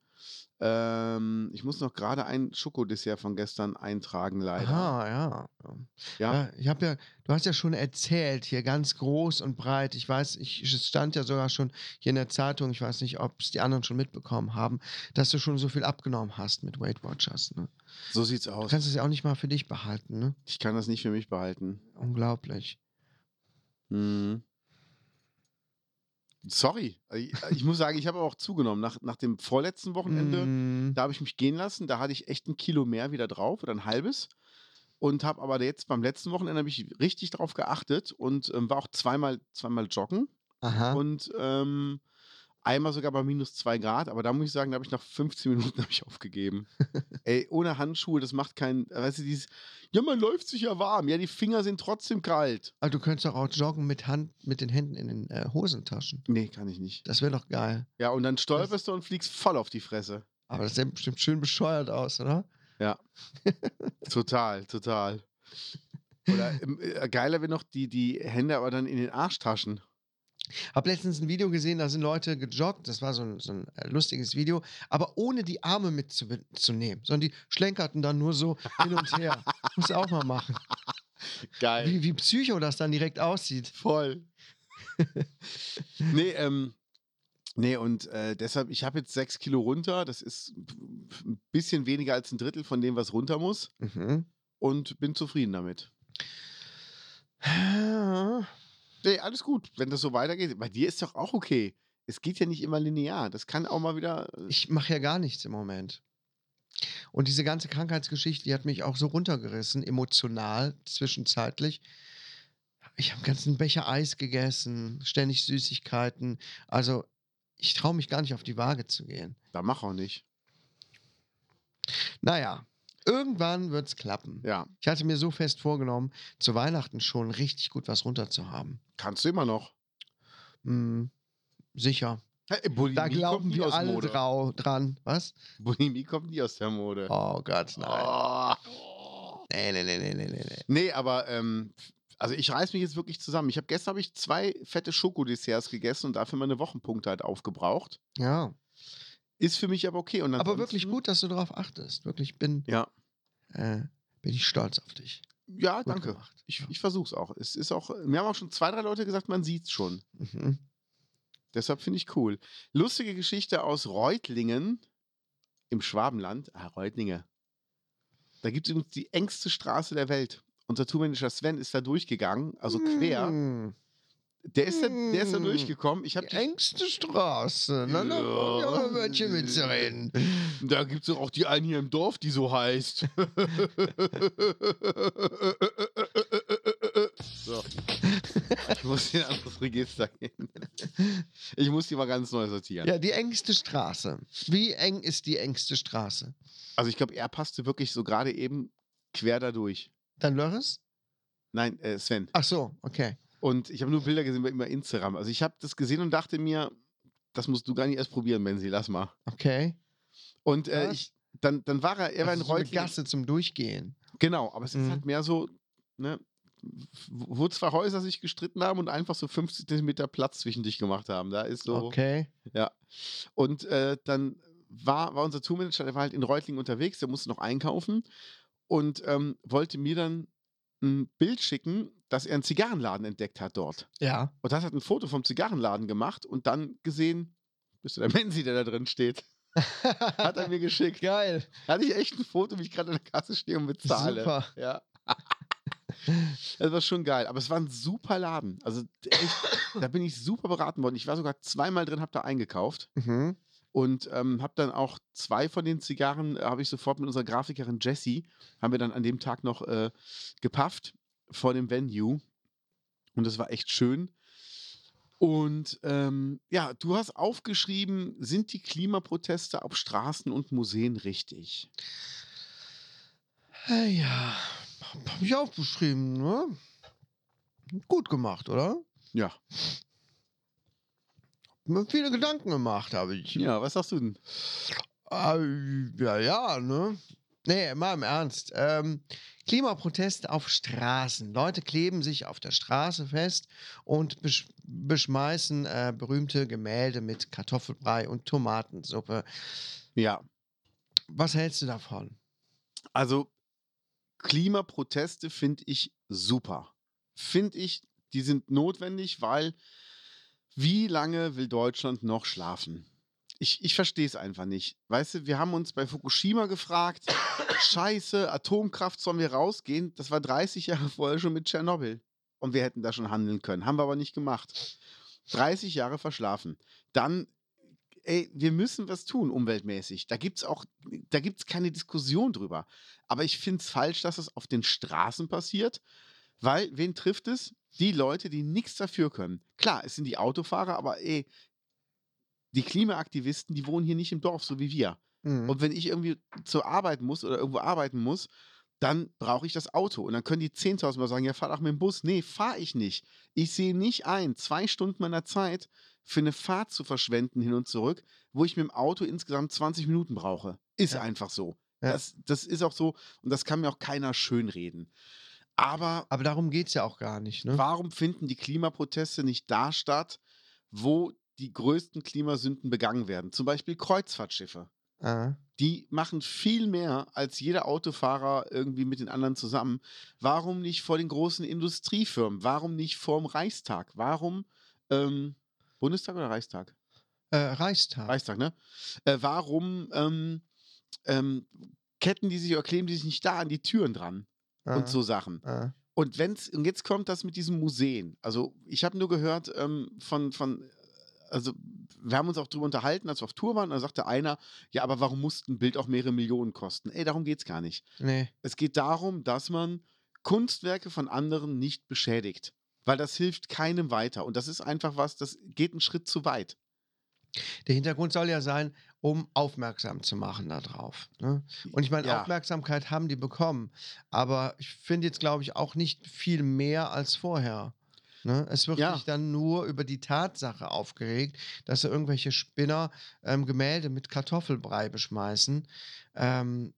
Ähm, ich muss noch gerade ein Schokodessert von gestern eintragen, leider.
Aha, ja.
Ja.
ja ich habe ja, du hast ja schon erzählt, hier ganz groß und breit. Ich weiß, ich, es stand ja sogar schon hier in der Zeitung, ich weiß nicht, ob es die anderen schon mitbekommen haben, dass du schon so viel abgenommen hast mit Weight Watchers. Ne?
So sieht's
Du
aus.
kannst es ja auch nicht mal für dich behalten, ne?
Ich kann das nicht für mich behalten.
Unglaublich.
Mhm. Sorry. Äh, Ich, ich muss sagen, ich habe aber auch zugenommen. Nach, nach dem vorletzten Wochenende
Mm,
Da habe ich mich gehen lassen, da hatte ich echt ein Kilo mehr wieder drauf oder ein halbes. Und habe aber jetzt beim letzten Wochenende hab ich richtig drauf geachtet und ähm, war auch zweimal, zweimal joggen
aha.
und ähm, Einmal sogar bei minus 2 Grad, aber da muss ich sagen, da habe ich nach 15 Minuten habe ich aufgegeben. Ey, ohne Handschuhe, das macht keinen. Weißt du, dieses. Ja, man läuft sich ja warm. Ja, die Finger sind trotzdem kalt.
Aber Also, du könntest doch auch joggen mit, Hand, mit den Händen in den äh, Hosentaschen.
Nee, kann ich nicht.
Das wäre doch geil.
Ja, und dann stolperst du und fliegst voll auf die Fresse.
Aber das sieht bestimmt schön bescheuert aus, oder?
Total, total. Oder ähm, äh, geiler wäre noch die, die Hände aber dann in den Arschtaschen.
Hab letztens ein Video gesehen, da sind Leute gejoggt, das war so ein, so ein äh, lustiges Video, aber ohne die Arme mitzunehmen, sondern die schlenkerten dann nur so hin und her. Muss auch mal machen.
Geil.
Wie, wie Psycho das dann direkt aussieht.
Voll. nee, ähm, nee, und äh, deshalb, ich habe jetzt sechs Kilo runter. Das ist ein bisschen weniger als ein Drittel von dem, was runter muss.
Mhm.
Und bin zufrieden damit. Nee, alles gut, wenn das so weitergeht. Bei dir ist doch auch okay. Es geht ja nicht immer linear. Das kann auch mal wieder. äh,
Ich mache ja gar nichts im Moment. Und diese ganze Krankheitsgeschichte, die hat mich auch so runtergerissen, emotional, zwischenzeitlich. Ich habe einen ganzen Becher Eis gegessen, ständig Süßigkeiten. Also ich traue mich gar nicht auf die Waage zu gehen.
Da mach auch nicht.
Naja, irgendwann wird es klappen.
Ja,
Ich hatte mir so fest vorgenommen, zu Weihnachten schon richtig gut was runterzuhaben.
kannst du immer noch.
Hm, sicher.
Hey,
Da
Bulimie
glauben
nie
wir
aus
alle
Mode.
drau dran. Was?
Bulimie kommt nie aus der Mode.
Oh Gott, nein.
Oh.
Nee, nee, nee, nee, nee, nee. nee.
Nee, aber ähm, also ich reiß mich jetzt wirklich zusammen. Ich habe gestern habe ich zwei fette Schokodesserts gegessen und dafür meine Wochenpunkte halt aufgebraucht.
Ja.
Ist für mich aber okay. Und
Aber wirklich
ansonsten-
gut, dass du darauf achtest. Wirklich bin,
Ja.
äh, bin ich stolz auf dich.
Ja,
Gut
danke.
gemacht.
Ich, ich versuch's auch. Es ist auch. Mir haben auch schon zwei, drei Leute gesagt, man sieht's schon.
Mhm.
Deshalb finde ich cool. Lustige Geschichte aus Reutlingen im Schwabenland. Ah, Reutlinge. Da gibt es übrigens die engste Straße der Welt. Unser Tourmanager Sven ist da durchgegangen, also quer.
Mm,
Der ist da, der ist da
Mm.
durchgekommen. Ich habe
Die engste Straße. Na, da brauche ich auch ein Wörtchen mitzureden.
Da gibt es auch die einen hier im Dorf, die so heißt. so. Ich muss in ein anderes Register gehen. Ich muss die mal ganz neu sortieren.
Ja, die engste Straße. Wie eng ist die engste Straße?
Also ich glaube, er passte wirklich so gerade eben quer dadurch.
Dann Lörres?
Nein, äh, Sven.
Ach so, okay.
Und ich habe nur Bilder gesehen bei über Instagram. Also ich habe das gesehen und dachte mir, das musst du gar nicht erst probieren, Benzi, lass mal.
Okay.
Und äh,
Was?
ich, dann, dann war er, er war in
Also so eine
Reutlingen.
Gasse zum Durchgehen.
Genau, aber es ist
Mhm.
halt mehr so, ne, wo wo zwei Häuser sich gestritten haben und einfach so 50 Zentimeter Platz zwischen dich gemacht haben. Da ist so.
Okay.
Und äh, dann war, war unser Tourmanager, der war halt in Reutlingen unterwegs, der musste noch einkaufen und ähm, wollte mir dann ein Bild schicken, dass er einen Zigarrenladen entdeckt hat dort.
Ja.
Und das hat ein Foto vom Zigarrenladen gemacht und dann gesehen, bist du der Menzi, der da drin steht. Hat er mir geschickt.
Geil.
Hatte ich echt ein Foto, wie ich gerade an der Kasse stehe und bezahle.
Super.
Ja. Das war schon geil. Aber es war ein super Laden. Also echt, da bin ich super beraten worden. Ich war sogar zweimal drin, habe da eingekauft
Mhm.
und ähm, habe dann auch zwei von den Zigarren, äh, habe ich sofort mit unserer Grafikerin Jessie, haben wir dann an dem Tag noch äh, gepafft vor dem Venue. Und das war echt schön. Und ähm, ja, du hast aufgeschrieben, sind die Klimaproteste auf Straßen und Museen richtig?
Ah Ja. Hab ich aufgeschrieben, ne? Gut gemacht, oder?
Ja.
Mir viele Gedanken gemacht habe ich.
Ja, was sagst du denn?
Ah, ja, ja, ne? Nee, mal im Ernst. Ähm, Klimaproteste auf Straßen. Leute kleben sich auf der Straße fest und besch beschmeißen äh, berühmte Gemälde mit Kartoffelbrei und Tomatensuppe.
Ja,
Was hältst du davon?
Also Klimaproteste finde ich super. Finde ich, die sind notwendig, weil wie lange will Deutschland noch schlafen? Ich, ich verstehe es einfach nicht. Weißt du, wir haben uns bei Fukushima gefragt, scheiße, Atomkraft sollen wir rausgehen? Das war 30 Jahre vorher schon mit Tschernobyl. Und wir hätten da schon handeln können. Haben wir aber nicht gemacht. 30 Jahre verschlafen. Dann, ey, wir müssen was tun, umweltmäßig. Da gibt es auch, da gibt es keine Diskussion drüber. Aber ich finde es falsch, dass es auf den Straßen passiert, weil wen trifft es? Die Leute, die nichts dafür können. Klar, es sind die Autofahrer, aber eh, die Klimaaktivisten, die wohnen hier nicht im Dorf, so wie wir.
Mhm.
Und wenn ich irgendwie zur Arbeit muss oder irgendwo arbeiten muss, dann brauche ich das Auto. Und dann können die 10.000 Mal sagen, ja, fahr doch mit dem Bus. Nee, fahre ich nicht. Ich sehe nicht ein, zwei Stunden meiner Zeit für eine Fahrt zu verschwenden hin und zurück, wo ich mit dem Auto insgesamt 20 Minuten brauche. Ist
Ja.
einfach so.
Ja.
Das, das ist auch so und das kann mir auch keiner schönreden. Aber
Aber darum geht es ja auch gar nicht. Ne?
warum finden die Klimaproteste nicht da statt, wo die größten Klimasünden begangen werden? Zum Beispiel Kreuzfahrtschiffe
Ah.
die machen viel mehr als jeder Autofahrer irgendwie mit den anderen zusammen. Warum nicht vor den großen Industriefirmen? Warum nicht vorm Reichstag? Warum ähm, Bundestag oder Reichstag?
Äh, Reichstag.
Reichstag, ne? Äh, warum ähm, ähm, ketten die sich oder kleben die sich nicht da an die Türen dran
Ah.
und so Sachen?
Ah.
Und wenn's, und jetzt kommt das mit diesen Museen. Also, ich habe nur gehört ähm, von, von, also, wir haben uns auch drüber unterhalten, als wir auf Tour waren. Da sagte einer, ja, aber warum musste ein Bild auch mehrere Millionen kosten? Ey, darum geht's gar nicht.
Nee.
Es geht darum, dass man Kunstwerke von anderen nicht beschädigt. Weil das hilft keinem weiter. Und das ist einfach was, das geht einen Schritt zu weit.
Der Hintergrund soll ja sein, um aufmerksam zu machen darauf. Ne? Und ich meine,
Ja.
Aufmerksamkeit haben die bekommen. Aber ich finde jetzt, glaube ich, auch nicht viel mehr als vorher. Ne? Es wird
Ja.
sich dann nur über die Tatsache aufgeregt, dass da irgendwelche Spinner ähm, Gemälde mit Kartoffelbrei beschmeißen. Ähm,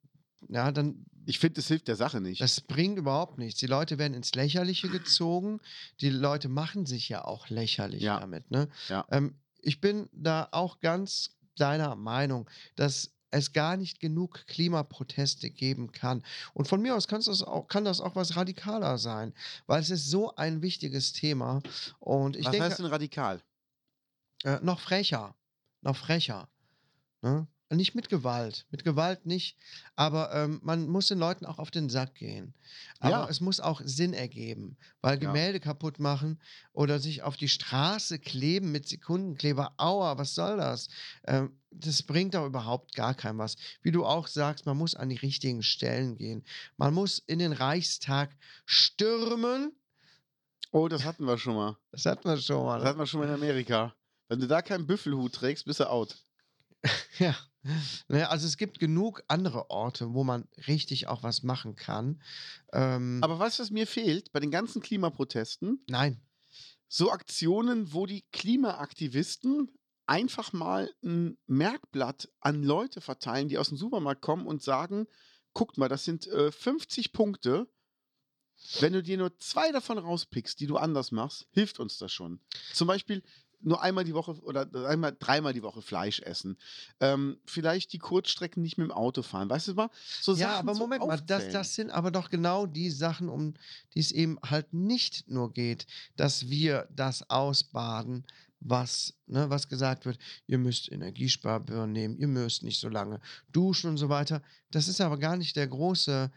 ja, dann
Ich finde, das hilft der Sache nicht.
Das bringt überhaupt nichts. Die Leute werden ins Lächerliche gezogen. Die Leute machen sich ja auch lächerlich
Ja.
damit. Ne?
Ja.
Ähm, ich bin da auch ganz deiner Meinung, dass es gar nicht genug Klimaproteste geben kann. Und von mir aus kann's das auch, kann das auch was radikaler sein, weil es ist so ein wichtiges Thema. Und ich
was
denke,
heißt denn radikal?
äh, noch frecher. Noch frecher. Ne? Nicht mit Gewalt. Mit Gewalt nicht. Aber ähm, man muss den Leuten auch auf den Sack gehen. Aber
Ja.
es muss auch Sinn ergeben. Weil
Ja.
Gemälde kaputt machen oder sich auf die Straße kleben mit Sekundenkleber. Aua, was soll das? Ähm, das bringt doch überhaupt gar keinem was. Wie du auch sagst, man muss an die richtigen Stellen gehen. Man muss in den Reichstag stürmen.
Oh, das hatten wir schon mal.
Das hat man schon mal. ne?
Das hatten wir schon mal in Amerika. Wenn du da keinen Büffelhut trägst, bist du out.
Ja. Ne, also es gibt genug andere Orte, wo man richtig auch was machen kann. Ähm,
Aber weißt du, was mir fehlt bei den ganzen Klimaprotesten?
nein,
So Aktionen, wo die Klimaaktivisten einfach mal ein Merkblatt an Leute verteilen, die aus dem Supermarkt kommen und sagen, guckt mal, das sind äh, 50 Punkte. Wenn du dir nur zwei davon rauspickst, die du anders machst, hilft uns das schon. Zum Beispiel nur einmal die Woche oder einmal, dreimal die Woche Fleisch essen. Ähm, vielleicht die Kurzstrecken nicht mit dem Auto fahren. Weißt du mal? So
ja,
Sachen
aber
so
Moment mal, das,
aufzählen.
das sind aber doch genau die Sachen, um die es eben halt nicht nur geht, dass wir das ausbaden, was, ne, was gesagt wird, ihr müsst Energiesparbirnen nehmen, ihr müsst nicht so lange duschen und so weiter. Das ist aber gar nicht der große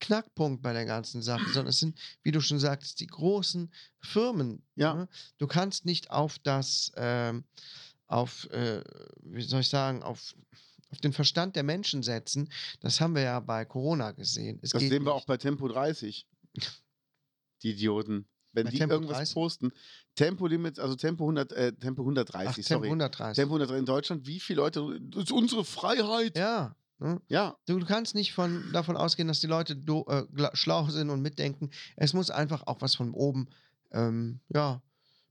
Knackpunkt bei der ganzen Sache, sondern es sind, wie du schon sagtest, die großen Firmen.
Ja.
Ne? Du kannst nicht auf das, ähm, auf, äh, wie soll ich sagen, auf, auf den Verstand der Menschen setzen. Das haben wir ja bei Corona gesehen. Es
Das
geht
sehen wir auch
nicht.
bei Tempo 30. Die Idioten. Wenn
Bei
die
Tempo
irgendwas
30?
posten. Tempolimit, also Tempo 100, äh, Tempo 130,
Ach, Tempo
sorry.
130.
Tempo 130 in Deutschland, wie viele Leute, das ist unsere Freiheit.
ja. Ne?
Ja,
Du, du kannst nicht von, davon ausgehen, dass die Leute do, äh, gla- schlau sind und mitdenken. Es muss einfach auch was von oben ähm, ja,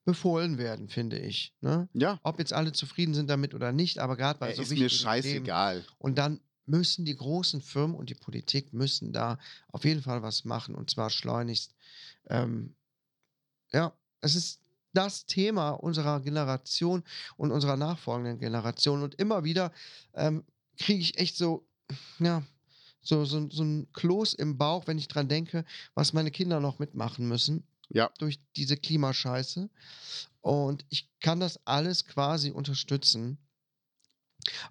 befohlen werden, finde ich. Ne?
ja.
Ob jetzt alle zufrieden sind damit oder nicht, aber gerade bei
Ey,
so
ist mir
wichtigen Themen.
scheißegal.
Und dann müssen die großen Firmen und die Politik müssen da auf jeden Fall was machen und zwar schleunigst. Ähm, ja, es ist das Thema unserer Generation und unserer nachfolgenden Generation und immer wieder ähm, kriege ich echt so, ja, so, so, so ein Kloß im Bauch, wenn ich dran denke, was meine Kinder noch mitmachen müssen.
Ja.
Durch diese Klimascheiße. Und ich kann das alles quasi unterstützen.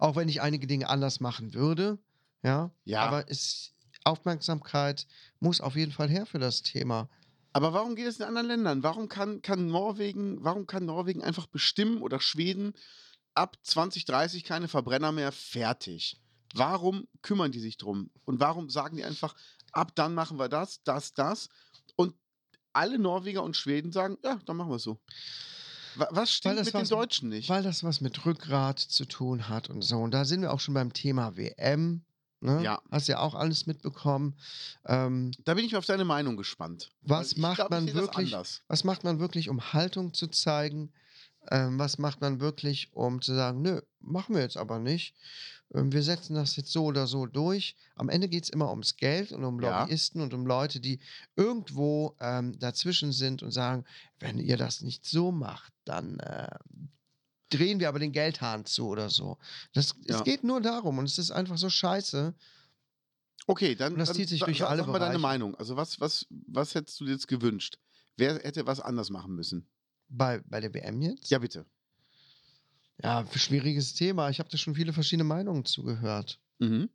Auch wenn ich einige Dinge anders machen würde. Ja.
Ja.
Aber es, Aufmerksamkeit muss auf jeden Fall her für das Thema.
Aber warum geht es in anderen Ländern? Warum kann, kann Norwegen, warum kann Norwegen einfach bestimmen oder Schweden ab 2030 keine Verbrenner mehr fertig? Warum kümmern die sich drum? Und warum sagen die einfach, ab dann machen wir das, das, das? Und alle Norweger und Schweden sagen, ja, dann machen wir es so. Wa- Was
Weil
stimmt
das
mit den
war's-
Deutschen nicht?
Weil das was mit Rückgrat zu tun hat und so. Und da sind wir auch schon beim Thema WM. Ne?
Ja.
Hast ja auch alles mitbekommen. Ähm,
Da bin ich auf deine Meinung gespannt.
Was
Weil
macht man
Also ich sehe das
wirklich-
anders.
was macht man wirklich, um Haltung zu zeigen? Ähm, was macht man wirklich, um zu sagen, nö, machen wir jetzt aber nicht. Ähm, wir setzen das jetzt so oder so durch. Am Ende geht es immer ums Geld und um
Ja.
Lobbyisten und um Leute, die irgendwo ähm, dazwischen sind und sagen, wenn ihr das nicht so macht, dann äh, drehen wir aber den Geldhahn zu oder so. Das,
Ja.
Es geht nur darum und es ist einfach so scheiße.
Okay, dann,
Und das
dann
zieht sich
sa-
durch
sa-
alle
sag mal deine
Bereiche.
Meinung. Also was, was, was hättest du dir jetzt gewünscht? Wer hätte was anders machen müssen?
Bei, bei der WM jetzt?
Ja, bitte.
ja schwieriges Thema. Ich habe da schon viele verschiedene Meinungen zugehört.
Mhm.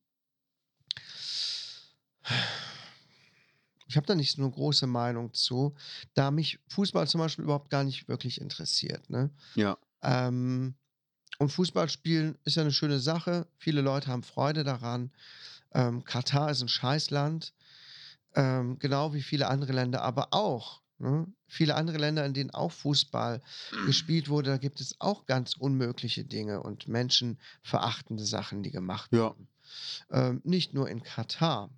Ich habe da nicht so eine große Meinung zu, da mich Fußball zum Beispiel überhaupt gar nicht wirklich interessiert. Ne?
Ja.
Ähm, und Fußball spielen ist ja eine schöne Sache. Viele Leute haben Freude daran. Ähm, Katar ist ein Scheißland, ähm, genau wie viele andere Länder, aber auch. Ne? Viele andere Länder, in denen auch Fußball gespielt wurde, da gibt es auch ganz unmögliche Dinge und menschenverachtende Sachen, die gemacht
Ja.
wurden. Ähm, nicht nur in Katar.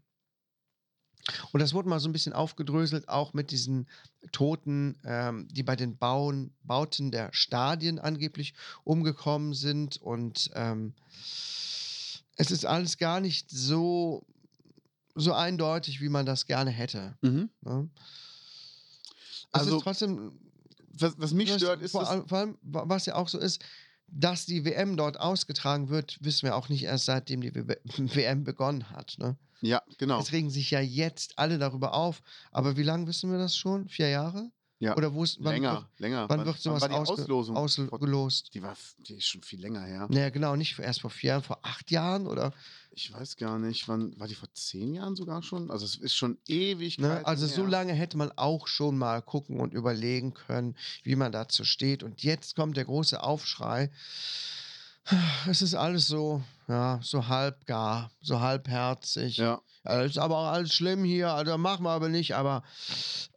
Und das wurde mal so ein bisschen aufgedröselt, auch mit diesen Toten, ähm, die bei den Bauen, Bauten der Stadien angeblich umgekommen sind. Und ähm, es ist alles gar nicht so, so eindeutig, wie man das gerne hätte.
Mhm.
Ne? Also es
Also-
ist trotzdem
Was, was mich
das-
stört, ist,
vor,
dass,
allem, vor allem, wa- was ja auch so ist, dass die WM dort ausgetragen wird, wissen wir auch nicht erst seitdem die W- WM begonnen hat. Ne?
ja, genau.
Es regen sich ja jetzt alle darüber auf. Aber wie lange wissen wir das schon? Vier Jahre?
Ja,
Oder wo ist, wann
länger,
Wird,
länger.
wann wird sowas
war die
ausge-
Auslosung?
ausgelost?
die war, die ist schon viel länger her.
Naja, genau, nicht erst vor vier Jahren, vor acht Jahren oder?
Ich weiß gar nicht, wann war die vor zehn Jahren sogar schon? Also es ist schon ewig.
Ne? Also so lange hätte man auch schon mal gucken und überlegen können, wie man dazu steht. Und jetzt kommt der große Aufschrei. Es ist alles so, ja, so halbgar, so halbherzig.
Ja,
Ja, ist aber auch alles schlimm hier, also machen wir aber nicht, aber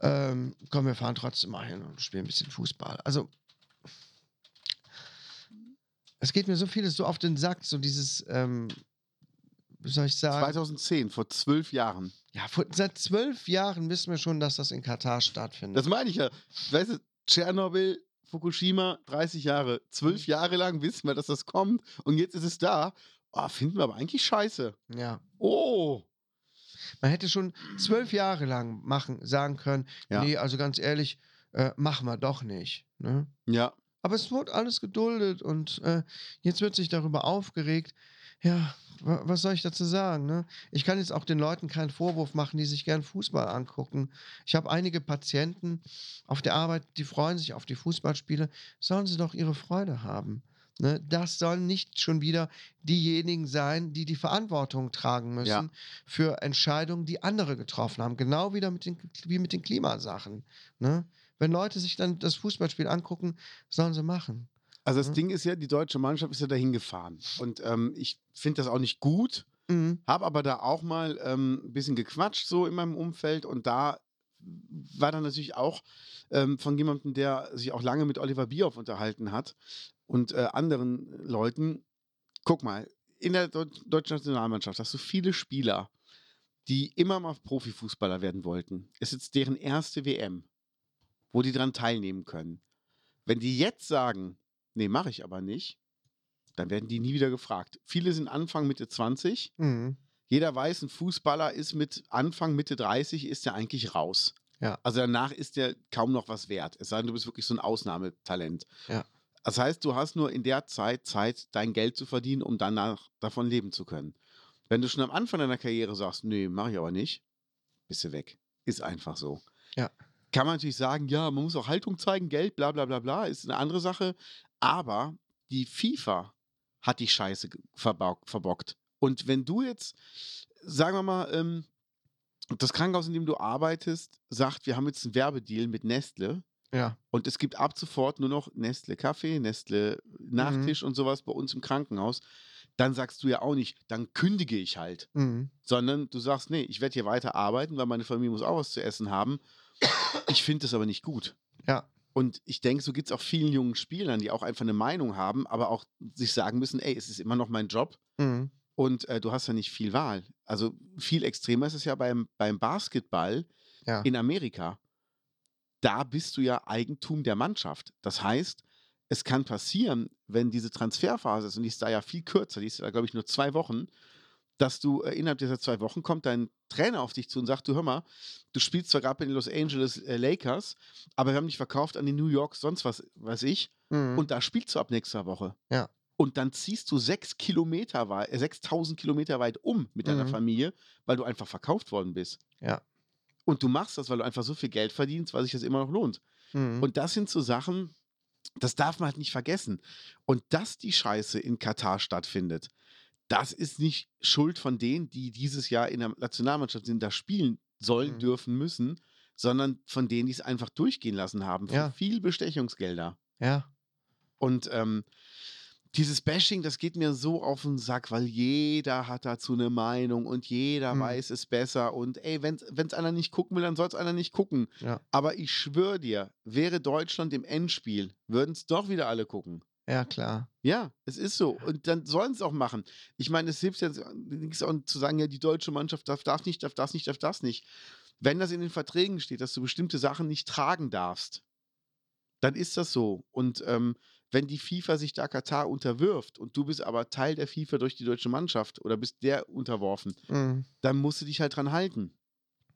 ähm, komm, wir fahren trotzdem mal hin und spielen ein bisschen Fußball. Also, es geht mir so vieles so auf den Sack, so dieses, ähm, wie soll ich sagen,
2010, vor zwölf Jahren.
ja, vor, seit zwölf Jahren wissen wir schon, dass das in Katar stattfindet.
Das meine ich ja. Weißt du, Tschernobyl, Fukushima, 30 Jahre.
Mhm.
Zwölf Jahre lang wissen wir, dass das kommt. Und jetzt ist es da. Oh, finden wir aber eigentlich scheiße.
ja.
Oh.
Man hätte schon zwölf Jahre lang machen, sagen können,
Ja.
nee, also ganz ehrlich, äh, machen wir doch nicht. Ne?
Ja,
Aber es wurde alles geduldet und äh, jetzt wird sich darüber aufgeregt. Ja, wa was soll ich dazu sagen? Ne? Ich kann jetzt auch den Leuten keinen Vorwurf machen, die sich gern Fußball angucken. Ich habe einige Patienten auf der Arbeit, die freuen sich auf die Fußballspiele. Sollen sie doch ihre Freude haben. Ne? Das sollen nicht schon wieder diejenigen sein, die die Verantwortung tragen müssen
Ja.
für Entscheidungen, die andere getroffen haben. Genau wieder mit den, wie mit den Klimasachen. Ne? Wenn Leute sich dann das Fußballspiel angucken, sollen sie machen.
also das
Mhm.
Ding ist ja, die deutsche Mannschaft ist ja dahin gefahren. Und ähm, ich finde das auch nicht gut.
Mhm.
Hab aber da auch mal ähm, ein bisschen gequatscht, so in meinem Umfeld. Und da war dann natürlich auch ähm, von jemandem, der sich auch lange mit Oliver Bierhoff unterhalten hat und äh, anderen Leuten. Guck mal, in der Deut deutschen Nationalmannschaft hast du viele Spieler, die immer mal Profifußballer werden wollten. Es ist jetzt deren erste WM, wo die dran teilnehmen können. Wenn die jetzt sagen, nee, mache ich aber nicht, dann werden die nie wieder gefragt. Viele sind Anfang Mitte 20
Mhm.
jeder weiß, ein Fußballer ist mit Anfang, Mitte 30 ist er eigentlich raus.
Ja.
Also danach ist der kaum noch was wert. Es sei denn, du bist wirklich so ein Ausnahmetalent.
Ja.
Das heißt, du hast nur in der Zeit Zeit, dein Geld zu verdienen, um danach davon leben zu können. Wenn du schon am Anfang deiner Karriere sagst, nee, mache ich aber nicht, bist du weg. Ist einfach so.
Ja.
Kann man natürlich sagen, ja, man muss auch Haltung zeigen, Geld, bla bla bla bla, ist eine andere Sache. Aber die FIFA hat die Scheiße ge- verbau- verbockt. Und wenn du jetzt, sagen wir mal, ähm, das Krankenhaus, in dem du arbeitest, sagt, wir haben jetzt einen Werbedeal mit Nestle
Ja.
und es gibt ab sofort nur noch Nestle Kaffee, Nestle
Mhm.
Nachtisch und sowas bei uns im Krankenhaus, dann sagst du ja auch nicht, dann kündige ich halt,
Mhm.
sondern du sagst, nee, ich werde hier weiter arbeiten, weil meine Familie muss auch was zu essen haben. Ich finde das aber nicht gut.
Ja.
Und ich denke, so geht es auch vielen jungen Spielern, die auch einfach eine Meinung haben, aber auch sich sagen müssen, ey, es ist immer noch mein Job
Mhm.
und äh, du hast ja nicht viel Wahl. Also viel extremer ist es ja beim, beim Basketball
Ja.
in Amerika. Da bist du ja Eigentum der Mannschaft. Das heißt, es kann passieren, wenn diese Transferphase ist, und die ist da ja viel kürzer, die ist da, glaube ich, nur zwei Wochen, dass du äh, innerhalb dieser zwei Wochen kommt dein Trainer auf dich zu und sagt, du hör mal, du spielst zwar gerade bei den Los Angeles äh, Lakers, aber wir haben dich verkauft an die New York, sonst was weiß ich.
Mhm.
Und da spielst du ab nächster Woche.
Ja.
Und dann ziehst du sechs Kilometer weit, äh, 6000 Kilometer weit um mit deiner
Mhm.
Familie, weil du einfach verkauft worden bist.
Ja.
Und du machst das, weil du einfach so viel Geld verdienst, weil sich das immer noch lohnt.
Mhm.
Und das sind so Sachen, das darf man halt nicht vergessen. Und dass die Scheiße in Katar stattfindet, das ist nicht Schuld von denen, die dieses Jahr in der Nationalmannschaft sind, da spielen sollen,
Mhm.
dürfen, müssen, sondern von denen, die es einfach durchgehen lassen haben. Für
Ja.
viel Bestechungsgelder.
ja.
Und ähm, dieses Bashing, das geht mir so auf den Sack, weil jeder hat dazu eine Meinung und jeder
Hm.
weiß es besser. Und ey, wenn es einer nicht gucken will, dann soll es einer nicht gucken.
Ja.
Aber ich schwöre dir, wäre Deutschland im Endspiel, würden es doch wieder alle gucken.
Ja, klar.
Ja, es ist so. Und dann sollen es auch machen. Ich meine, es hilft jetzt nichts auch zu sagen, ja, die deutsche Mannschaft darf das nicht, darf das nicht, darf das nicht. Wenn das in den Verträgen steht, dass du bestimmte Sachen nicht tragen darfst, dann ist das so. Und ähm, wenn die FIFA sich da Katar unterwirft und du bist aber Teil der FIFA durch die deutsche Mannschaft oder bist der unterworfen,
Mhm.
dann musst du dich halt dran halten.